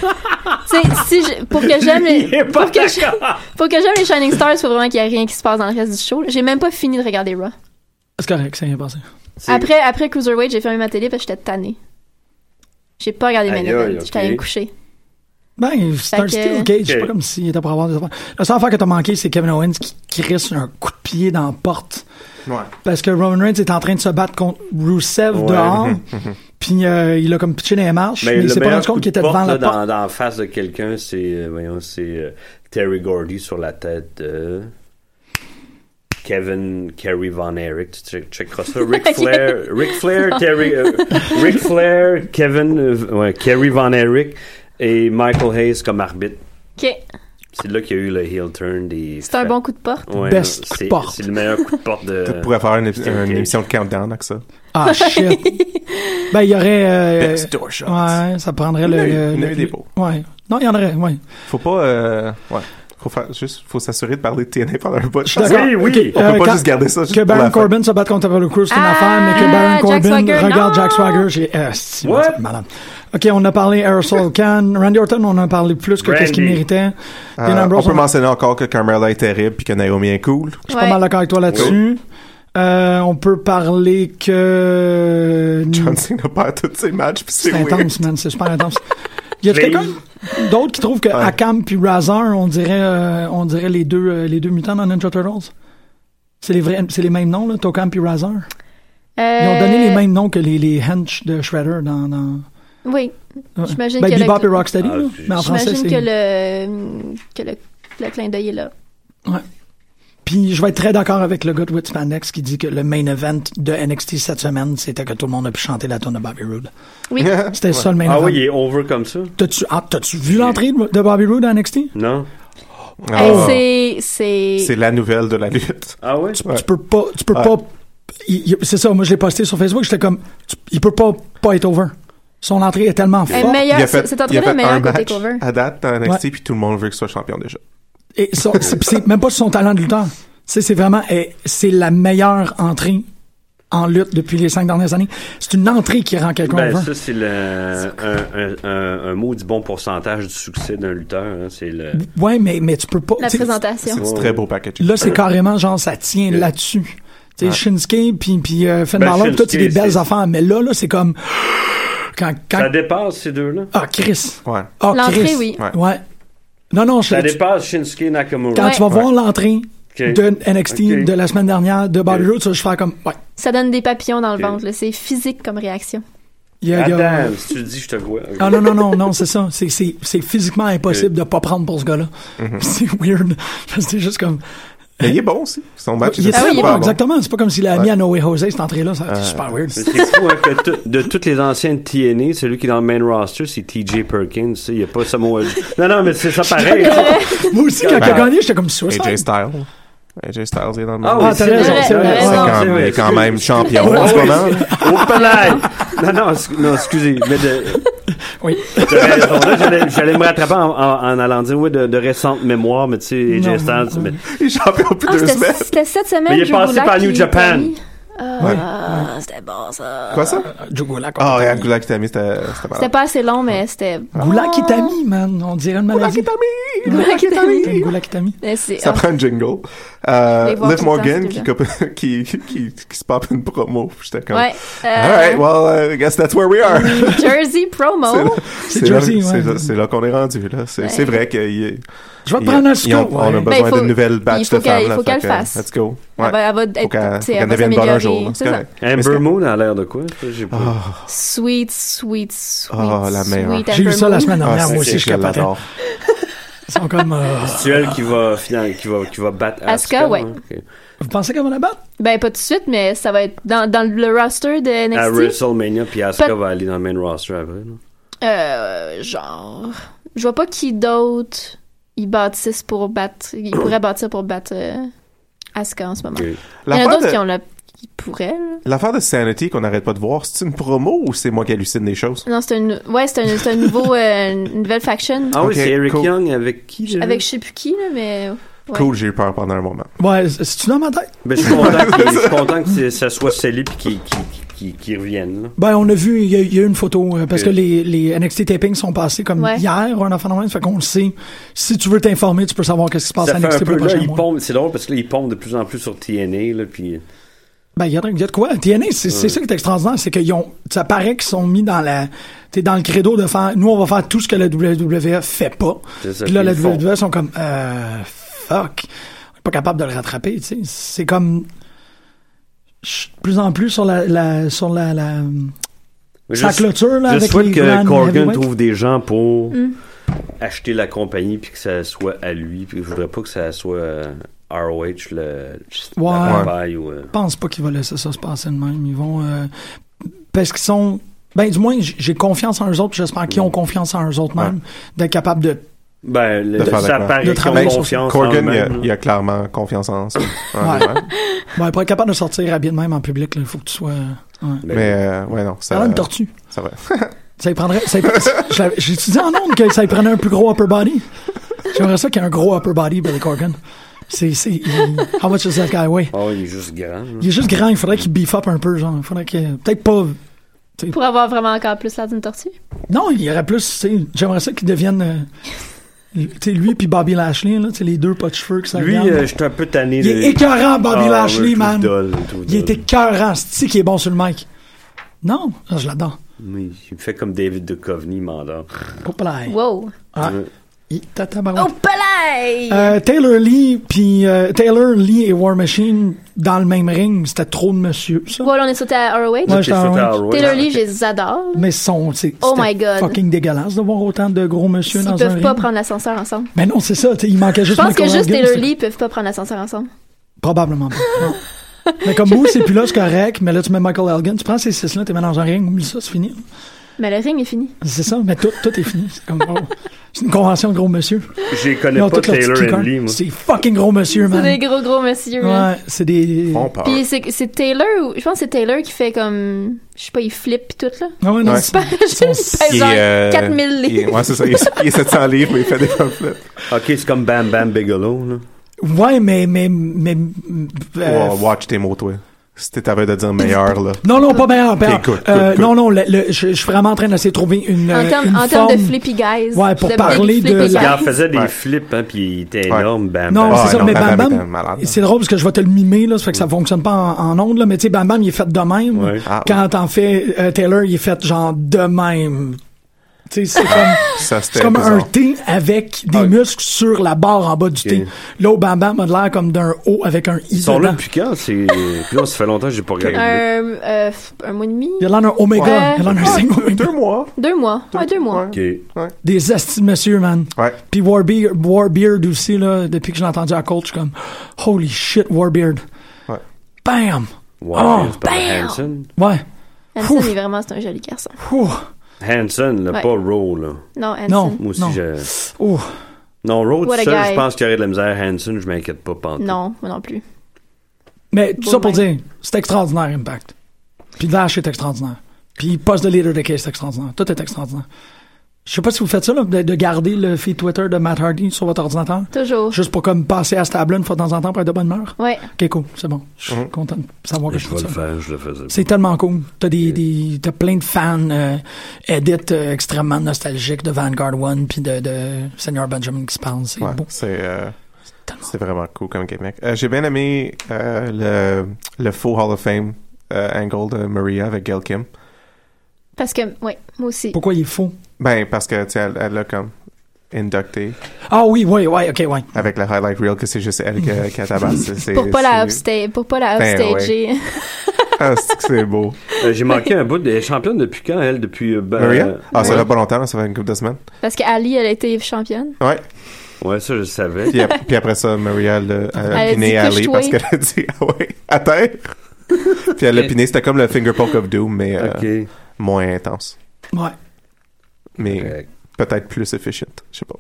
I: Tu sais, si je- pour que j'aime
J: Il est
I: les,
J: pas
I: pour que je-
J: d'accord.
I: pour que j'aime les Shining Stars, faut vraiment qu'il y ait rien qui se passe dans le reste du show. J'ai même pas fini de regarder Raw.
G: C'est correct, c'est rien passé.
J: C'est-
I: Après, après Cruiserweight, j'ai fermé ma télé parce que j'étais tannée. J'ai pas regardé mes
J: Aïe,
I: nouvelles.
J: aïe, ok.
I: J'étais allée me coucher.
G: Ben, c'est
I: Fait
G: un
I: que-
G: style cage, c'est
J: Ok.
G: pas comme s'il était pour avoir des affaires. La seule affaire que t'as manqué, c'est Kevin Owens qui, qui risque un coup de pied dans la porte.
H: Ouais.
G: Parce que Roman Reigns est en train de se battre contre Rusev dehors,
H: Mhm.
G: puis euh, il a comme pitché dans les marches, mais, il
J: le
G: s'est pas
J: meilleur
G: rendu
J: coup
G: compte
J: de
G: qu'il était
J: porte,
G: devant la
J: là,
G: porte.
J: Dans, dans la face de quelqu'un, c'est, euh, voyons, c'est euh, Terry Gordy sur la tête euh, de Kevin Kerry Von Erich. Tu check- checkeras ça. Ric Flair, Ric Flair, Terry, euh, Ric Flair, Kevin, euh, ouais, Kerry Von Erich et Michael Hayes comme arbitre.
I: Ok.
J: C'est là qu'il y a eu le heel turn des.
I: C'est un bon coup de porte.
J: Ouais,
G: Best
J: non,
G: coup de
J: c'est-
G: porte.
J: C'est le meilleur coup de porte de.
H: Tu pourrais faire une,
J: Ok,
H: une
J: ok.
H: émission de countdown avec ça.
G: Ah, shit. ben, il y aurait... euh,
H: Best door shots.
G: Ouais, ça
H: Il
G: prendrait
H: y en
G: le...
H: a eu,
G: le-
H: il y en a
G: le-
H: eu des beaux.
G: Ouais. Non, il y en aurait, ouais.
H: Faut pas... Euh, ouais. Faut faire juste... Faut s'assurer de parler de TNA pendant un bout. de
G: d'accord.
H: temps.
J: Oui, oui.
H: On
G: Euh,
H: peut
G: quand-
H: pas juste garder ça juste
G: Que
H: pour la
G: Baron
H: fin.
G: Corbin se batte contre Apollo Crews, c'est une
I: Ah,
G: affaire, mais que Baron
I: Jack
G: Corbin
I: Swagger,
G: regarde
I: non!
G: Jack Swagger, j'ai. Ah, c'est
J: What?
G: c'est malade. Ok, on a parlé Aerosol Can. Randy Orton, on en a parlé plus que qu'est-ce qu'il
J: Randy.
G: méritait.
H: Euh,
G: Dean
H: on
G: Ambrose,
H: peut
G: on-
H: mentionner encore que Carmella est terrible puis que Naomi est cool.
G: je suis pas mal d'accord avec toi là-dessus. Euh, on peut parler que.
H: John Cena perd tous ses matchs puis c'est
G: C'est
H: weird.
G: intense, man. C'est super intense. Y a quelqu'un d'autre qui trouve que Akam puis Razor, on dirait, euh, on dirait les deux, euh, les deux mutants dans Ninja Turtles? C'est les vrais, c'est les mêmes noms, là,
I: Euh,
G: Tokam puis Razor? Ils ont donné les mêmes noms que les, les hench de Shredder dans, dans
I: Oui. J'imagine
G: ben,
I: que le-
G: Bebop et Rocksteady,
J: Ah,
G: là.
J: je-
G: mais en français,
I: J'imagine
G: c'est...
I: que le, que le, le clin d'œil est là.
G: Puis je vais être très d'accord avec le gars de Whit Spandex qui dit que le main event de NXT cette semaine, c'était que tout le monde a pu chanter la tune de Bobby Roode.
I: Oui.
G: C'était ça le main
J: Ah
G: event.
J: oui, il est over comme ça.
G: T'as-tu ah, t'as-tu vu l'entrée de, de Bobby Roode à NXT?
J: Non?
I: Hey,
H: Ah.
I: c'est- c'est.
H: C'est la nouvelle de la lutte.
J: Ah oui?
H: Ouais.
G: Tu peux pas... Tu peux
J: Ah.
H: Ouais.
G: pas il- il- c'est ça, moi je l'ai posté sur Facebook, j'étais comme... tu- il peut pas, pas être over. Son entrée est tellement
I: Hey,
G: forte.
I: meilleur,
H: il a fait,
I: euh, c'est
H: il a fait
I: entraîneur
H: un
I: meilleur côté
H: match
I: cover.
H: à date dans NXT,
G: Ouais.
H: puis tout le monde veut qu'il soit champion déjà.
G: Et son- c'est c'est même pas son talent de lutteur. Tu sais, c'est vraiment... eh, C'est la meilleure entrée en lutte depuis les cinq dernières années. C'est une entrée qui rend quelqu'un
J: Ben,
G: over.
J: ça, c'est le, un, un, un, un mot du bon pourcentage du succès d'un lutteur. hein, C'est le.
G: Ouais, mais, mais tu peux pas.
I: La
G: tu sais,
I: présentation.
H: C'est du très beau package.
G: Là, c'est carrément genre, ça tient là-dessus. Tu sais, Shinsuke, puis puis euh, Finn
J: Ben,
G: Balor, tout, c'est des
J: Shinsuke,
G: belles
J: c'est-
G: affaires. Mais là, là, c'est comme. Quand.
J: Ça
G: quand...
J: dépasse ces deux-là.
G: Ah, Chris.
H: Ouais.
G: Ah,
I: L'entrée,
G: Chris.
I: oui.
H: Ouais.
G: Ouais. Non, non, je
J: Ça
G: tu-
J: dépasse Shinsuke Nakamura.
G: Quand tu vas voir l'entrée
J: Ok.
G: de NXT
J: Ok.
G: de la semaine dernière de Bobby
J: Ok.
G: Roode, ça, je fais comme. Ouais.
I: Ça donne des papillons dans le
J: Ok.
I: ventre. là. C'est physique comme réaction.
G: Il y a- il y a-
J: Adam, si tu le dis, je te vois.
G: Ah non, non, non, non, c'est ça. C'est, c'est, c'est physiquement impossible de pas prendre pour ce gars-là.
H: Mhm.
G: C'est weird. Parce que c'est juste comme.
H: Mais il est bon aussi. Son match
G: Il est
H: aussi
G: très
I: oui, il est
H: pas
G: bon, exactement. C'est pas comme s'il a mis à Noé Jose cette entrée-là. Ça, c'est super weird.
J: Mais C'est fou, hein, que tout- de toutes les anciennes TNA, celui qui est dans le main roster, c'est TJ Perkins. tu sais, Il n'y a pas Samoa Joe. Non, non, mais c'est ça pareil.
G: Moi aussi, quand il a gagné, j'étais comme ça.
H: AJ Styles. AJ Styles est dans le
J: Ah
H: match.
J: oui,
G: Ah, t'as raison,
I: vrai,
G: c'est vrai.
I: c'est
H: C'est
G: Ouais.
I: vrai.
H: quand,
J: c'est
H: il est quand
J: excuse.
H: même champion en ce
J: oui.
H: moment.
J: Open line!
I: Ah,
J: Non, non, excu- non, excusez. Mais de,
G: Oui.
J: j'avais raison, là, j'allais- j'allais me rattraper en, en- en allant dire, oui, de, de récentes mémoires, mais tu sais, AJ
G: Non.
J: Styles, mais-
H: Il est champion depuis
I: Ah,
H: deux
I: c'était
H: semaines.
I: c'était cette semaine.
J: Mais il est
I: je vous
J: passé
I: lac
J: par New
I: qui-
J: Japan.
I: Ah, c'était bon, ça.
H: Quoi ça?
G: Jugula
H: Ah,
G: contre
H: ouais,
G: Itami.
H: Gulak Itami, c'était c'était pas
I: C'était
H: mal.
I: pas assez long, mais c'était.
G: Goula Kitami, man. On dirait une maladie.
I: Goula Kitami.
G: Goula Kitami.
I: Mais c'est-
H: Ça
I: ah,
H: prend un jingle. Euh,
I: Les voir
H: Liv
I: tout le
H: Morgan
I: temps,
H: qui,
I: c'est
H: cop- qui, qui, qui se pop une promo. Puis J'étais comme.
I: Ouais. euh,
H: Alright, well, uh, I guess that's where we are.
I: New Jersey promo.
H: C'est là- c'est
G: C'est
H: là,
G: Jersey, ouais.
H: c'est là- c'est là qu'on est rendu. là. C'est
I: Ouais. Ben,
H: c'est vrai qu'il y a-
G: Je vais te
H: il y a-
G: prendre un
H: ils ont-
G: scoop.
H: On a
G: ouais.
H: besoin
I: il faut-
H: d'une nouvelle batch
I: il faut
H: de femmes.
I: qu'elle-
H: là,
I: faut
H: fait
I: qu'elle
H: que,
I: le fasse.
H: Let's go.
I: Elle va, elle va
H: Faut
I: être.
H: qu'elle
I: tu sais,
H: faut
I: elle
H: qu'elle
I: va
H: devienne bonne un
I: s'améliorer.
H: jour. là, c'est
I: C'est ça.
H: correct. Mais c'est-
J: Amber Moon a l'air de quoi? ça, j'ai pas-
I: Sweet, sweet, sweet.
H: Ah, la meilleure.
I: sweet
G: J'ai eu ça la
I: Evermoon.
G: semaine
H: Ah,
G: dernière. Moi
H: c'est-
G: aussi, je
H: je
G: capotais.
H: l'adore.
G: Ils sont comme. euh,
J: C'est elle qui va, final- qui va, qui va battre
I: Asuka,
J: Asuka.
I: ouais.
J: hein, ok.
G: Vous pensez qu'on va la battre?
I: Ben, pas tout de suite, mais ça va être dans, dans le roster de
J: À
I: NXT.
J: WrestleMania, puis Asuka
I: Peut-
J: va aller dans le main roster après. là.
I: Euh, genre. Je vois pas qui d'autre ils bâtissent pour battre. Ils pourraient bâtir pour battre euh, Asuka en ce moment.
J: Ok.
I: Il y en a
H: L'affaire
I: d'autres
H: de-
I: qui ont la. qui pourraient, là.
H: L'affaire de Sanity qu'on n'arrête pas de voir, c'est une promo ou c'est moi qui hallucine des choses?
I: Non, c'est un. Ouais, c'est un, c'est un nouveau. euh, une nouvelle faction.
J: Ah oui,
H: Ok,
J: c'est Eric
H: cool.
J: Young avec qui? déjà?
I: Avec je sais plus qui, là, mais. Ouais.
H: Cool, j'ai eu peur pendant un moment.
G: Ouais, c'est-tu dans ma tête?
J: Ben, je suis content qu'il- je suis content que c'est- ça soit scellé puis qu'il qu'il- qu'il- qu'il revienne. là.
G: Ben, on a vu, il y, a- il y a eu une photo, euh, parce
J: Ok.
G: que les, les NXT tapings sont passés comme
I: Ouais.
G: hier, ou un enfant de même, fait qu'on le sait. Si tu veux t'informer, tu peux savoir qu'est-ce qui se passe
J: Ça
G: à
J: fait un
G: NXT pour
J: peu,
G: le
J: là,
G: prochain
J: il
G: mois.
J: pompe, c'est drôle parce que là, il pompe de plus en plus sur TNA, là, puis...
G: Ben, il y, a de- il y a de quoi. TNA, c'est c'est ça qui est extraordinaire, c'est qu'ils ont, ça paraît qu'ils sont mis dans la, t'es dans le credo de faire, nous, on va faire tout ce que la WWE fait pas.
J: C'est ça,
G: Puis là,
J: puis
G: la
J: ils le font.
G: WWE sont comme, euh, fuck. On est pas capable de le rattraper, tu sais. C'est comme, je suis de plus en plus sur la, la sur la, la,
J: Mais
G: sa
J: je,
G: clôture, là,
J: je
G: avec
J: souhaite
G: les
J: que
G: grands
J: Corgan
G: heavyweights.
J: trouve des gens pour acheter la compagnie puis que ça soit à lui, puis je voudrais pas que ça soit euh, ROH, le...
G: Ouais.
J: la campagne ou... euh,
G: pense pas qu'ils vont laisser ça se passer de même. Ils vont. euh, parce qu'ils sont. Ben, du moins, j- j'ai confiance en eux autres. J'espère qu'ils ont confiance en eux autres même. D'être capable de.
J: Ben, le-
H: De faire de
J: ça
H: quoi.
J: paraît
G: De
J: qu'ils ont
G: travailler sur-
J: confiance en
H: Corgan, il y a-
J: eux-mêmes,
H: il y a, clairement confiance en ça. En
G: Ouais.
H: lui-même.
G: Ben, pour être capable de sortir à bien de même en public, il faut que tu sois. Ouais.
J: là.
H: Mais, euh, ouais, non,
G: Parlant
H: ça,
G: de Ah, tortue.
H: ça va.
G: Ça y prendrait. ça y- je l'avais- J'ai étudié en ondes que ça y prenait un plus gros upper body. J'aimerais ça qu'il y ait un gros upper body, Billy Corgan. C'est. c'est- il- How much does that guy weigh?
J: Oh, il est juste grand. là.
G: Il est juste grand, il faudrait qu'il beef up un peu, genre. Il faudrait que. Peut-être pas.
I: Pour avoir vraiment encore plus l'air d'une tortue.
G: Non, il y aurait plus. tu sais, J'aimerais ça qu'ils deviennent. euh, tu sais, lui puis Bobby Lashley, là, tu sais, les deux pas de cheveux que ça
J: Lui,
G: regarde.
J: euh, je suis un peu tanné.
G: Il
J: de-
G: est écœurant, Bobby
J: Ah, ouais, je
G: Lashley,
J: trouve
G: man.
J: dole, je trouve
G: Il est
J: dole.
G: écœurant, cest qui est bon sur le mic? Non? Ah, je l'adore.
J: Oui, il fait comme David Duchovny, il m'endort.
G: Hop là.
I: Wow.
G: Ah. Hi, tatabarouette.
K: Oh, palais!
G: Euh, Taylor Lee puis euh, Taylor Lee et War Machine dans le même ring, c'était trop de monsieur ça.
I: Voilà, on est sauté à ROH.
G: Ouais, j'étais à T'es sauté à ROH. ROH.
I: Taylor Lee, je les adore.
G: Mais son, c'est
I: Oh
G: c'était
I: my God.
G: fucking dégueulasse de voir autant de gros monsieur
I: Ils
G: dans un
I: peuvent pas
G: ring.
I: prendre l'ascenseur ensemble.
G: Mais non, c'est ça, t'sais, il manquait
I: Je
G: juste
I: pense que
G: Michael
I: juste
G: Elgin,
I: Taylor
G: c'est-
I: Lee peuvent pas prendre l'ascenseur ensemble.
G: Probablement pas. non. mais comme vous, c'est plus là, c'est correct, mais là tu mets Michael Elgin, tu prends ces six là, tu mets dans un ring, oublie ça, c'est fini.
I: Mais le ring est fini.
G: C'est ça, mais tout, tout est fini. C'est comme, oh, c'est une convention de gros monsieur.
J: Je les connais
G: Ils ont
J: pas,
G: tous leur
J: Taylor
G: petit kicker.
J: and Lee, moi.
G: C'est fucking gros monsieur,
I: C'est
G: man.
I: des gros gros messieurs. là.
G: Ouais, c'est des.
I: Puis c'est c'est Taylor, ou- je pense que c'est Taylor qui fait comme, je sais pas, il flippe pis tout là.
G: Ah ouais, non,
H: Ouais.
I: C'est pas- il pèse
H: Il
I: genre
H: est, euh,
I: 4000
H: il est-
I: livres.
H: ouais, c'est ça. Il est, il est 700 livres, mais il fait des pamphlets.
J: Ok, c'est comme Bam Bam Bigelow, là.
G: Ouais, mais. mais, mais euh,
H: Wow, watch tes mots, toi. C'était t'avais de dire meilleur, là.
G: Non, non, pas meilleur. meilleur.
H: Écoute, écoute,
G: Euh,
H: écoute.
G: Non, non, le- le- je je suis vraiment en train d'essayer de trouver une.
I: En
G: euh,
I: termes
G: une
I: en termes de
G: forme.
I: flippy guys.
G: Ouais, pour
I: de big
G: parler de
I: flippy
G: la-
J: Il en
I: guys.
J: faisait des flips, hein, puis il était énorme, Bam
G: Non,
J: Bam.
G: c'est ça,
H: non,
G: mais
H: Bam
G: Bam
H: Bam
G: Bam,
H: était malade.
G: c'est drôle parce que je vais te le mimer, là, ça fait que ça fonctionne pas en, en ondes, là, mais tu sais, Bam Bam, il est fait de même.
J: Mm. Ouais.
H: Ah,
G: Quand t'en fais euh, Taylor, il est fait genre de même. Tu sais, c'est comme,
H: Ça,
G: c'est
H: c'était
G: comme un
H: bizarre.
G: T avec des muscles sur la barre en bas du T. Là, au Bam Bam, a de l'air comme d'un O avec un I
J: Ils sont Ah, là
G: dedans.
J: depuis quand? C'est... Puis là, ça fait longtemps que j'ai pas regardé.
I: Un, euh, un mois et demi.
G: Il a l'air d'un Omega.
I: Ouais.
G: Il a l'air d'un signe Omega.
H: Deux mois.
I: Deux mois. Ouais, deux mois.
J: Ok.
G: Des astis de monsieur, man.
H: Ouais.
G: Puis Warbeard, Warbeard aussi, là, depuis que je l'ai entendu à Colt, je suis comme « Holy shit, Warbeard!
H: Ouais.
G: Bam!
J: Wow,
G: Oh,
J: c'est pas Hanson.
G: Ouais.
I: Hanson
G: Ouf.
I: est vraiment, c'est un joli garçon.
G: Ouh.
J: Hanson, là,
I: Ouais.
J: pas Rowe, là.
I: Non, Hanson.
G: Non.
J: Moi aussi,
G: Non.
J: j'ai...
G: Ouh.
J: Non, Rowe, tout
I: What a
J: seul,
I: guy.
J: je pense qu'il y aurait de la misère. Hanson, je m'inquiète pas, pantoute.
I: Non, moi non plus.
G: Mais tout ça pour
I: Bullman.
G: dire, c'est extraordinaire, Impact. Puis Lash est extraordinaire. Puis Post de Leader de Case, c'est extraordinaire. Tout est extraordinaire. Je sais pas si vous faites ça, là, de, de garder le feed Twitter de Matt Hardy sur votre ordinateur.
I: Toujours.
G: Juste pour comme passer à ce table une fois de temps en temps pour être de bonne humeur.
I: Ouais.
G: Ok, cool, c'est bon. Je suis content de savoir que je
J: Je vais
G: fais
J: le
G: ça.
J: faire, je le faisais.
G: C'est tellement cool. T'as des, des t'as plein de fans euh, edits euh, extrêmement nostalgiques de Vanguard One puis de, de Senior Benjamin qui se parle. C'est
H: Ouais,
G: beau.
H: c'est euh,
G: tellement-
H: c'est vraiment cool comme gimmick. Euh, J'ai bien aimé euh, le, le faux Hall of Fame euh, angle de Maria avec Gail Kim.
I: Parce que, ouais, moi aussi.
G: Pourquoi il est faux?
H: Ben, parce que, tu sais, elle elle l'a comme inducté
G: Ah oui, oui, oui, ok, ouais.
H: avec le highlight reel que c'est juste elle que- qui atabasse. C'est- c'est-
I: Pour pas la
H: c'est-
I: upstage. Pour pas la
H: Ben, ouais.
I: upstager.
H: Ah, c'est que c'est beau.
J: Euh, j'ai manqué un bout. de- Elle est championne depuis quand, elle? Depuis... euh, ben,
H: Maria?
J: euh,
H: Ah, ça
J: ouais.
H: fait pas longtemps, là, ça fait une couple de semaines.
I: Parce que Ali, elle a été championne.
H: Ouais.
J: Ouais, ça, je le savais.
H: Puis, ap- puis après ça, Maria l'a
I: a
H: a
I: dit
H: piné à Ali
I: couche-toi.
H: parce qu'elle a dit, ah ouais, à terre. puis elle l'a piné. C'était comme le finger poke of doom, mais euh,
J: Ok.
H: moins intense.
G: Ouais.
H: Mais
J: Correct.
H: peut-être plus efficient. Je sais pas.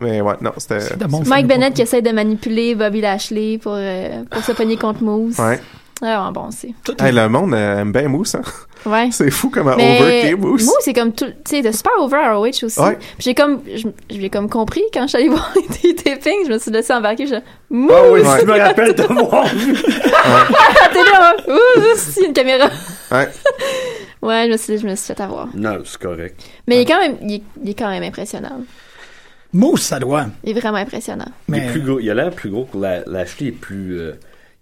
H: Mais ouais, non, c'était.
G: C'est de bon fun.
I: Mike Bennett qui essaie de manipuler Bobby Lashley pour, euh, pour se pogner contre Moose.
H: Ouais.
I: Ah, bon, c'est.
H: Hey, le monde euh, aime bien Moose, hein.
I: Ouais.
H: C'est fou comment over
I: Mais
H: qui est
I: Moose,
H: Moose.
I: c'est comme tout. Tu sais, de super over à ROH aussi.
H: Ouais.
I: Puis J'ai comme. Je, je l'ai comme compris quand je suis allée voir les tapings. Je me suis laissée embarquer. Je Moose!
J: Ah oui,
H: Ouais.
J: je me rappelle d'avoir vu.
I: Ah, t'es là! hein? Ouh, c'est une caméra!
H: Ouais.
I: Ouais, je me suis, je me suis fait avoir.
J: Non, c'est correct.
I: Mais il, est quand même, il, est, il est quand même impressionnant.
G: Mousse, ça doit.
I: Il est vraiment impressionnant.
J: Il,
G: Mais
J: est plus gros, il a l'air plus gros que la, Lashley est plus... euh,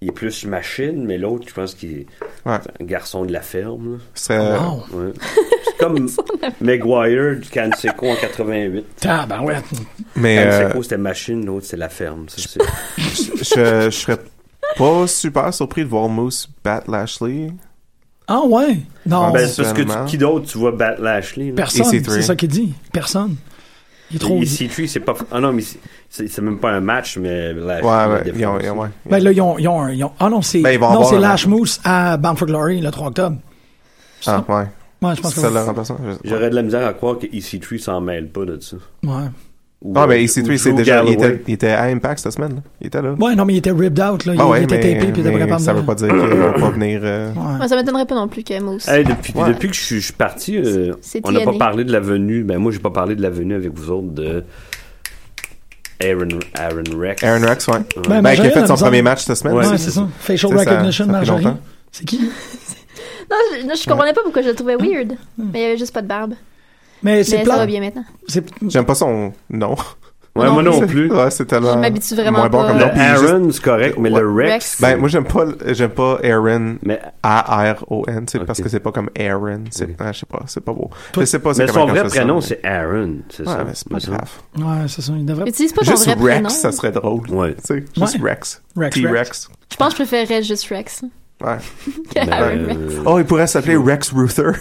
J: il est plus machine, mais l'autre, je pense qu'il est
H: Ouais. euh,
J: un garçon de la ferme. là.
H: Ce serait-
G: Wow.
J: Euh, Ouais. C'est comme McGuire du Canseco en 88.
G: Tabarouette.
H: Mais euh,
J: Canseco, c'était machine, l'autre, c'est la ferme. Ça, c'est-
H: je, je serais pas super surpris de voir Moose battre Lashley.
G: Ah ouais. Non.
J: Ben, c'est parce que
H: seulement.
J: tu- qui d'autre tu vois battre Lashley? là?
G: personne.
H: EC3.
G: C'est ça qu'il dit. Personne. Il est trop.
J: Et C3, c'est pas. Ah non, mais c'est- c'est c'est même pas un match, mais Lashley.
H: Ouais, ouais.
J: il défonce.
H: ils ont- ils ont- ouais.
G: Ben là, ils ont, ils ont un. ils ont- Ah non, c'est.
H: Ben, ils vont
G: non,
H: avoir
G: c'est
H: un-
G: Lash Moose à Bound for Glory le 3 octobre.
H: Ah, ouais.
G: Ouais, je pense
H: C'est
G: que
H: ça le
G: ouais.
H: remplaçant. Je-
J: J'aurais de la misère à croire que EC3 s'en mêle pas de ça.
G: Ouais.
J: Ou,
H: Ah,
J: euh,
H: mais EC3,
J: ou
H: c'est
J: Drew
H: déjà. Il
J: Galloway.
H: était, il était à Impact cette semaine. là. Il était là.
G: Ouais, non, mais il était ripped out, là. Il,
H: Ah ouais,
G: il était
H: mais,
G: tapé, puis il était pas
H: mais
G: capable
H: ça
G: de.
H: veut pas dire qu'ils vont pas venir. euh,
G: Ouais.
I: Moi, ça m'étonnerait pas non plus que Moose.
J: Hey, depuis,
H: Ouais.
J: depuis que je suis, je suis parti, euh,
I: C'est
J: on n'a pas
I: TNA.
J: parlé de la venue. Ben, moi, j'ai pas parlé de la venue avec vous autres de Aaron, Aaron Rex.
H: Aaron Rex, ouais. Ben,
G: Ben,
H: qui
G: Marjorie,
H: a fait
G: elle
H: son
G: me semble-
H: premier match cette semaine.
J: Ouais,
G: Ouais,
J: c'est
G: c'est
J: ça.
G: ça. Facial
H: Ça, ça-
G: recognition,
H: ça fait
G: Marjorie.
H: longtemps.
G: C'est qui?
I: Non, Ah, je, non, je comprenais pas pourquoi je le trouvais weird.
H: Mm.
I: Mais il avait juste pas de barbe.
G: Mais
I: Mais
G: c'est
I: ça va
G: plat.
I: bien maintenant.
G: C'est
H: J'aime pas son nom.
J: Ouais, moi non plus.
H: Ouais, c'est tellement.
I: Je m'habitue vraiment
H: Euh, moins bon
I: pas. euh,
H: comme
J: Le
H: nom. Puis juste-
J: Aaron, c'est correct, mais le
I: Ouais.
J: Rex.
H: Ben, moi, j'aime pas, le- j'aime pas Aaron.
J: Mais, ah,
H: A-R-O-N, c'est parce
J: Ok.
H: que c'est pas comme Aaron. C'est,
J: Ok.
H: ah, je sais pas, c'est pas beau. Je sais pas,
J: mais
H: comment
J: son
H: qu'on
J: vrai
H: fait ça,
J: prénom,
H: mais-
J: c'est Aaron, c'est
H: Ouais,
J: ça.
H: mais c'est pas
J: me semble.
H: grave.
G: Ouais, c'est ça. Il devrait.
I: Utilise pas ton
H: Juste
I: vrai
H: Rex,
I: prénom.
H: ça serait drôle.
J: Ouais.
H: Tu sais, juste
G: Ouais.
H: Rex.
G: Rex,
H: T-Rex.
I: Je pense que je préférerais juste Rex
H: Ouais.
I: que Aaron
J: Ben,
I: Rex.
J: euh,
H: Oh, il pourrait s'appeler Rex Ruther.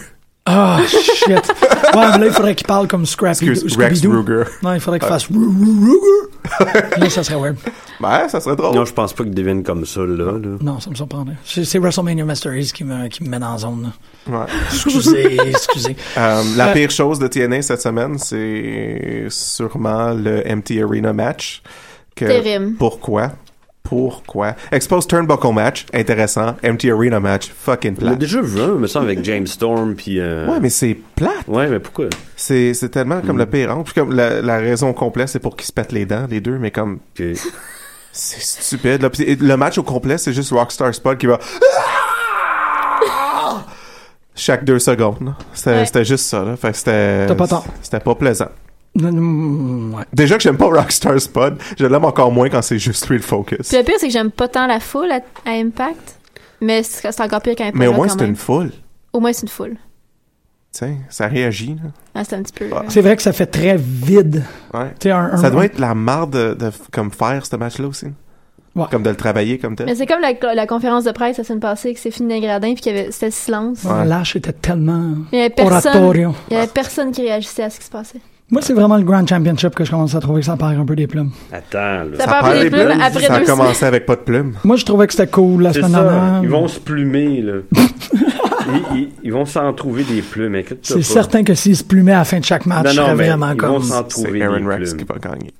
G: Ah, shit. ouais, mais là, il faudrait qu'il parle comme Scrappy.
H: Excuse, Rex
G: Scooby-Doo.
H: Ruger.
G: Non, il faudrait qu'il fasse. Rou, rou, rou. Là, ça serait weird.
H: Ben, ça serait drôle.
J: Non, je pense pas qu'il devienne comme ça, là. là.
G: Non, ça me surprendrait. C'est c'est WrestleMania Masteries qui me, qui me met dans la zone. là.
H: Ouais.
G: Excusez, excusez.
H: Euh, la
G: Euh,
H: pire chose de TNA cette semaine, c'est sûrement le MT Arena match. Que-
I: Terrible.
H: Pourquoi? Pourquoi? Expose Turnbuckle match, intéressant. MT Arena match, fucking
J: On l'a
H: plat.
J: déjà vu un, me semble, avec James Storm, puis. euh,
H: Ouais, mais c'est plat.
J: Ouais, mais pourquoi Mm.
H: C'est, c'est tellement comme le pire. En plus, comme la, la raison complète, c'est pour qu'ils se pètent les dents, les deux, mais comme,
J: que-
H: c'est stupide. là. Puis c'est- le match au complet, c'est juste Rockstar Spud qui va. Ah! Chaque deux secondes. C'était,
I: Ouais.
H: c'était juste ça, là. Fait que c'était.
G: T'as pas tort.
H: C'était pas plaisant.
G: Mm, ouais.
H: Déjà que j'aime pas Rockstar Spud, je l'aime encore moins quand c'est juste lui le focus.
I: Puis le pire, c'est que j'aime pas tant la foule à, à Impact, mais c'est c'est encore pire qu'un
H: Mais au moins,
I: quand
H: c'est
I: même.
H: une foule. Tu
I: Au moins, c'est une foule.
H: sais, ça réagit. là.
I: Ah, c'est un petit peu.
H: Ouais.
I: euh,
G: C'est vrai que ça fait très vide.
H: Ouais.
G: Tu sais, un- un-
H: Ça doit être la marre de, de f- comme faire ce match-là aussi.
G: Ouais.
H: Comme de le travailler comme
I: Mais
H: tel.
I: c'est comme la, la conférence de presse la semaine passée que c'est fini d'un gradin puis qu'il y avait c'était le silence.
G: Ouais, Lâche était tellement
I: Il y avait personne.
G: oratorio.
I: Il
H: Ah.
I: y avait personne qui réagissait à ce qui se passait.
G: Moi, c'est vraiment le Grand Championship que je commence à trouver que ça perd un peu des plumes.
J: Attends, là.
I: Ça part
H: perd
I: des
H: les
I: plumes
H: plumes,
I: après
H: ça a
I: deux semaines.
H: commencé avec pas de plumes.
G: Moi, je trouvais que c'était cool la
J: C'est
G: semaine
J: ça.
G: dernière.
J: Ils vont se plumer, là. ils, ils- ils vont s'en trouver des plumes, inquiète-toi
G: C'est
J: pas.
G: certain que s'ils se plumaient à la fin de chaque match,
J: Non,
G: je
J: non,
G: serais
J: mais
G: vraiment
J: ils
G: comme.
J: vont s'en trouver
H: C'est
J: des
H: Aaron Rex
J: plumes.
H: qui va gagner.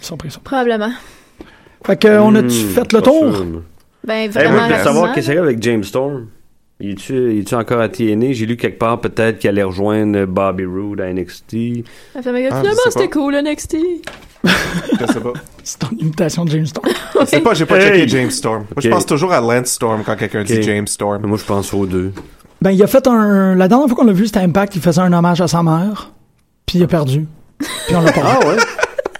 G: Surpris, surpris.
I: Probablement.
G: Fait que, on a-tu
J: Hmm,
G: fait le
J: pas
G: tour?
J: sûr, moi.
I: Ben,
J: Hey,
I: vraiment
J: moi, je voulais savoir
I: rapidement.
J: qu'est-ce qu'il y a avec James Storm. Il est-tu, il est-tu encore à TNA? J'ai lu quelque part peut-être qu'il allait rejoindre Bobby Roode à NXT.
I: Elle fait, mais
H: Ah,
I: finalement,
H: je sais
I: c'était
H: pas.
I: cool, NXT.
H: Je sais pas.
G: C'est ton imitation de James Storm.
H: Je sais pas, j'ai pas
J: Hey!
H: checké James Storm. Moi, je
J: Ok.
H: pense toujours à Lance Storm quand quelqu'un
J: Ok.
H: dit James Storm.
J: Moi, je pense aux deux.
G: Ben, il a fait un. La dernière fois qu'on l'a vu, c'était Impact, il faisait un hommage à sa mère, puis il a perdu. Puis on l'a pas
J: Ah,
G: vu.
H: ouais?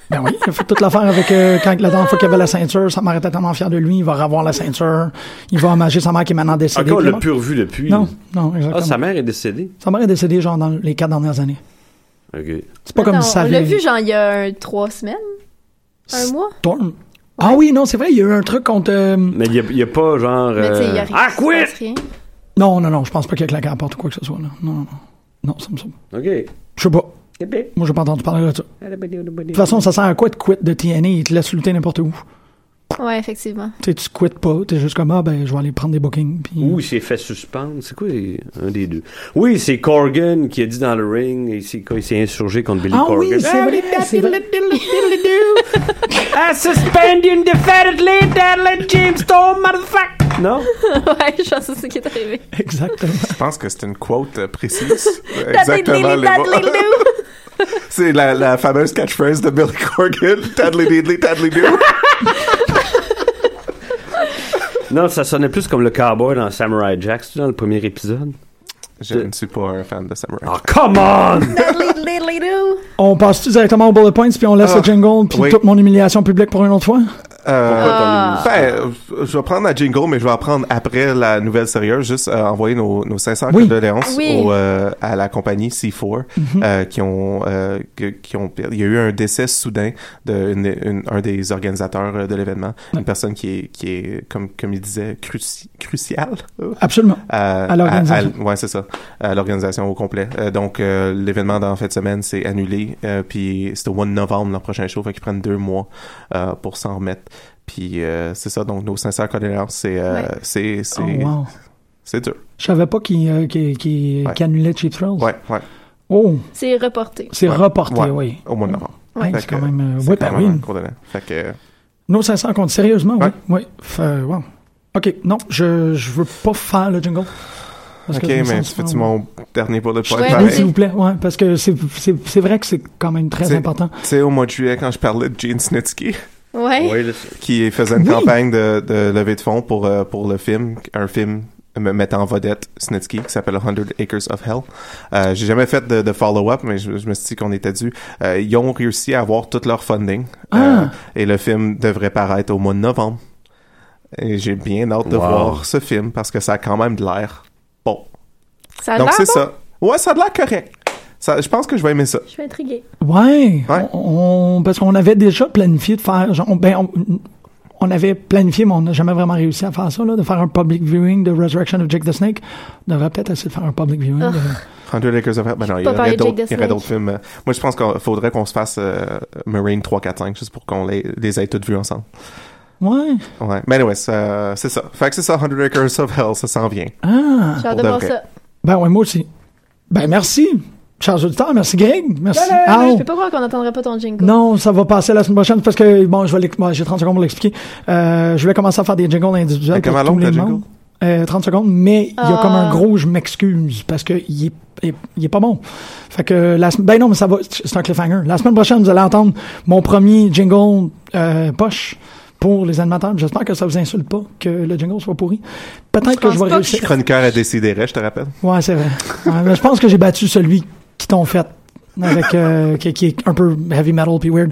G: Ben oui, il a fait toute l'affaire avec. euh, quand la dernière fois qu'il avait la ceinture, sa mère était tellement fière de lui, il va revoir la ceinture, il va hommager sa mère qui est maintenant décédée.
J: Encore, on
G: puis
J: l'a
G: il
J: plus revu depuis.
G: va- Non, non,
J: Ah,
G: exactement.
J: sa mère est décédée.
G: Sa mère est décédée, genre, dans les quatre dernières années.
J: OK.
G: C'est pas comme
I: Attends,
G: si ça
I: On l'a
G: avait-
I: vu, genre, il y a un- trois semaines. Un mois.
G: Storm. Ah oui, non, c'est vrai, il y a eu un truc contre. euh,
J: Mais il n'y a, pas genre.
I: Mais tu sais, il y a
J: euh,
I: rien.
J: Ah,
I: il se passe
J: quit!
I: rien.
G: Non, non, non, je pense pas qu'il y a claqué à la porte ou quoi que ce soit, là. Non, non, non. Non, ça me semble.
J: OK. Ah,
G: Je sais pas. Moi, j'ai pas entendu parler de ça. De toute façon, ça sert à quoi de quit de TNA? Ils te laissent lutter n'importe où.
I: Ouais, effectivement.
G: Tu sais, tu quittes pas. T'es juste comme, ah, ben, je vais aller prendre des bookings. Puis...
J: Ou il s'est fait suspendre. C'est quoi les- un des deux? Oui, c'est Corgan qui a dit dans le ring. Il s'est, quoi, il s'est insurgé contre Billy
G: Ah
J: Corgan.
G: oui, c'est vrai, c'est vrai.
J: I suspend you indefinitely, let James Storm, motherfucker! Non?
I: ouais, je pense que c'est ce qui est arrivé.
G: Exactement.
H: Je pense que c'est une quote euh, précise. Exactement. les mots. C'est la, la fameuse catchphrase de Billy Corgan. Tadly diddly, tadly do.
J: Non, ça sonnait plus comme le cowboy dans Samurai Jack, c'est dans le premier épisode.
H: Je ne suis pas un fan de Samurai.
J: Oh, come on!
G: On passe-tu directement au bullet points, puis on laisse
H: Ah,
G: le jingle, puis
H: oui.
G: toute mon humiliation publique pour une autre fois?
H: Euh, ben, euh, je vais prendre la jingle, mais je vais apprendre après la nouvelle sérieuse, juste euh, envoyer nos, nos 500
G: Oui.
H: condoléances
I: Oui.
H: au, euh, à la compagnie C4 euh, qui ont euh, que- qui ont per- il y a eu un décès soudain de une- une- un des organisateurs euh, de l'événement, une personne qui est qui est comme comme il disait cruci- cruciale euh,
G: Absolument.
H: à,
G: À l'organisation.
H: à- à- ouais, c'est ça. À l'organisation au complet. Euh, donc, euh, l'événement dans fin de semaine, c'est annulé. Euh, puis, c'est au mois de novembre, leur prochain show. Fait qu'ils prennent deux mois euh, pour s'en remettre. Puis, euh, c'est ça. Donc, nos sincères condoléances, c'est euh,
I: Ouais.
H: c'est c'est
G: Oh, wow.
H: c'est dur.
G: Je savais pas qu'il euh, qu'il- qu'il-
H: Ouais.
G: qu'il annulait Cheap Thrills.
H: Ouais, ouais.
G: Oh,
I: C'est reporté.
G: c'est
H: Ouais.
G: reporté,
H: Ouais.
G: oui.
H: Au mois de novembre.
G: Ouais,
H: Fait
G: c'est
H: que,
G: quand même, euh,
H: c'est
G: ouais,
H: quand
G: ben
H: même
G: oui.
H: un condoléant. Fait que, euh,
G: Nos 500 comptes, sérieusement, oui.
H: Ouais.
G: Oui. Fait, wow. OK, non, je, je veux pas faire le jingle. Parce
H: ok,
G: que je me
H: mais
G: sens-
H: tu fais-tu mon dernier bullet point?
I: Ouais,
H: pareil?
G: Oui, s'il vous plaît, ouais, parce que c'est- c'est c'est vrai que c'est quand même très
H: C'est-
G: important.
H: Tu sais, au mois de juillet, quand je parlais de Gene Snitsky.
I: Ouais.
J: Oui, là,
H: qui faisait une
G: Oui.
H: campagne de, de levée de fonds pour, euh, pour le film, un film me mettant en vedette Snitsky, qui s'appelle 100 Acres of Hell. Euh, j'ai jamais fait de, de follow-up, mais je, je me suis dit qu'on était dû. Euh, ils ont réussi à avoir tout leur funding.
I: Ah.
H: Euh, et le film devrait paraître au mois de novembre. Et j'ai bien hâte de
J: Wow.
H: voir ce film parce que ça a quand même de l'air bon.
I: Ça a
H: Donc
I: l'air
H: c'est
I: bon?
H: ça. Ouais, ça a de l'air correct. Ça, je pense que je vais aimer ça.
I: Je suis intriguée.
G: Ouais,
H: Ouais.
G: on- on- parce qu'on avait déjà planifié de faire. genre, on, ben, on, on avait planifié, mais on n'a jamais vraiment réussi à faire ça, là, de faire un public viewing de Resurrection of Jake the Snake. On devrait peut-être essayer de faire un public viewing. euh, de-
H: 100 Acres of Hell. Ben non, il y
I: pas
H: aurait
I: parler de Jake
H: d'autres-
I: the
H: il y aurait
I: Snake.
H: d'autres films. euh, Moi, je pense qu'il faudrait qu'on se fasse euh, Marine 3, 4, 5, juste pour qu'on les, les ait toutes vues ensemble.
G: Ouais.
H: Ouais. Mais anyway, ça- c'est ça. Fait que c'est ça, 100 Acres of Hell, ça s'en vient.
G: Ah,
I: J'ai hâte
H: Pour
I: de
H: de
I: voir
H: vrai.
I: ça.
G: ben ouais, moi aussi. Ben merci, chers auditeurs. Merci, Greg. Merci.
I: Ah,
G: Al.
I: Je peux pas croire qu'on n'entendrait pas ton jingle.
G: Non, ça va passer la semaine prochaine parce que, bon, je vais l'ex- moi, j'ai 30 secondes pour l'expliquer. Euh, je voulais commencer à faire des jingles individuels.
H: Mais
G: pour
H: comment
G: tous
H: long
G: les
H: ta
G: membres.
H: jingle?
G: Euh, 30 secondes, mais il y a
I: Ah.
G: comme un gros je m'excuse parce que il est, il est- il est pas bon. Fait que la sem- ben non, mais ça va, c'est un cliffhanger. La semaine prochaine, vous allez entendre mon premier jingle euh, poche pour les animateurs. J'espère que ça vous insulte pas que le jingle soit pourri. Peut-être que
I: pense
G: je vais
I: pas que
G: réussir.
H: Chroniqueur à décider, je te rappelle.
G: Ouais, c'est vrai. Ouais, mais je pense que j'ai battu celui qui t'ont fait avec euh, qui, qui est un peu heavy metal puis weird.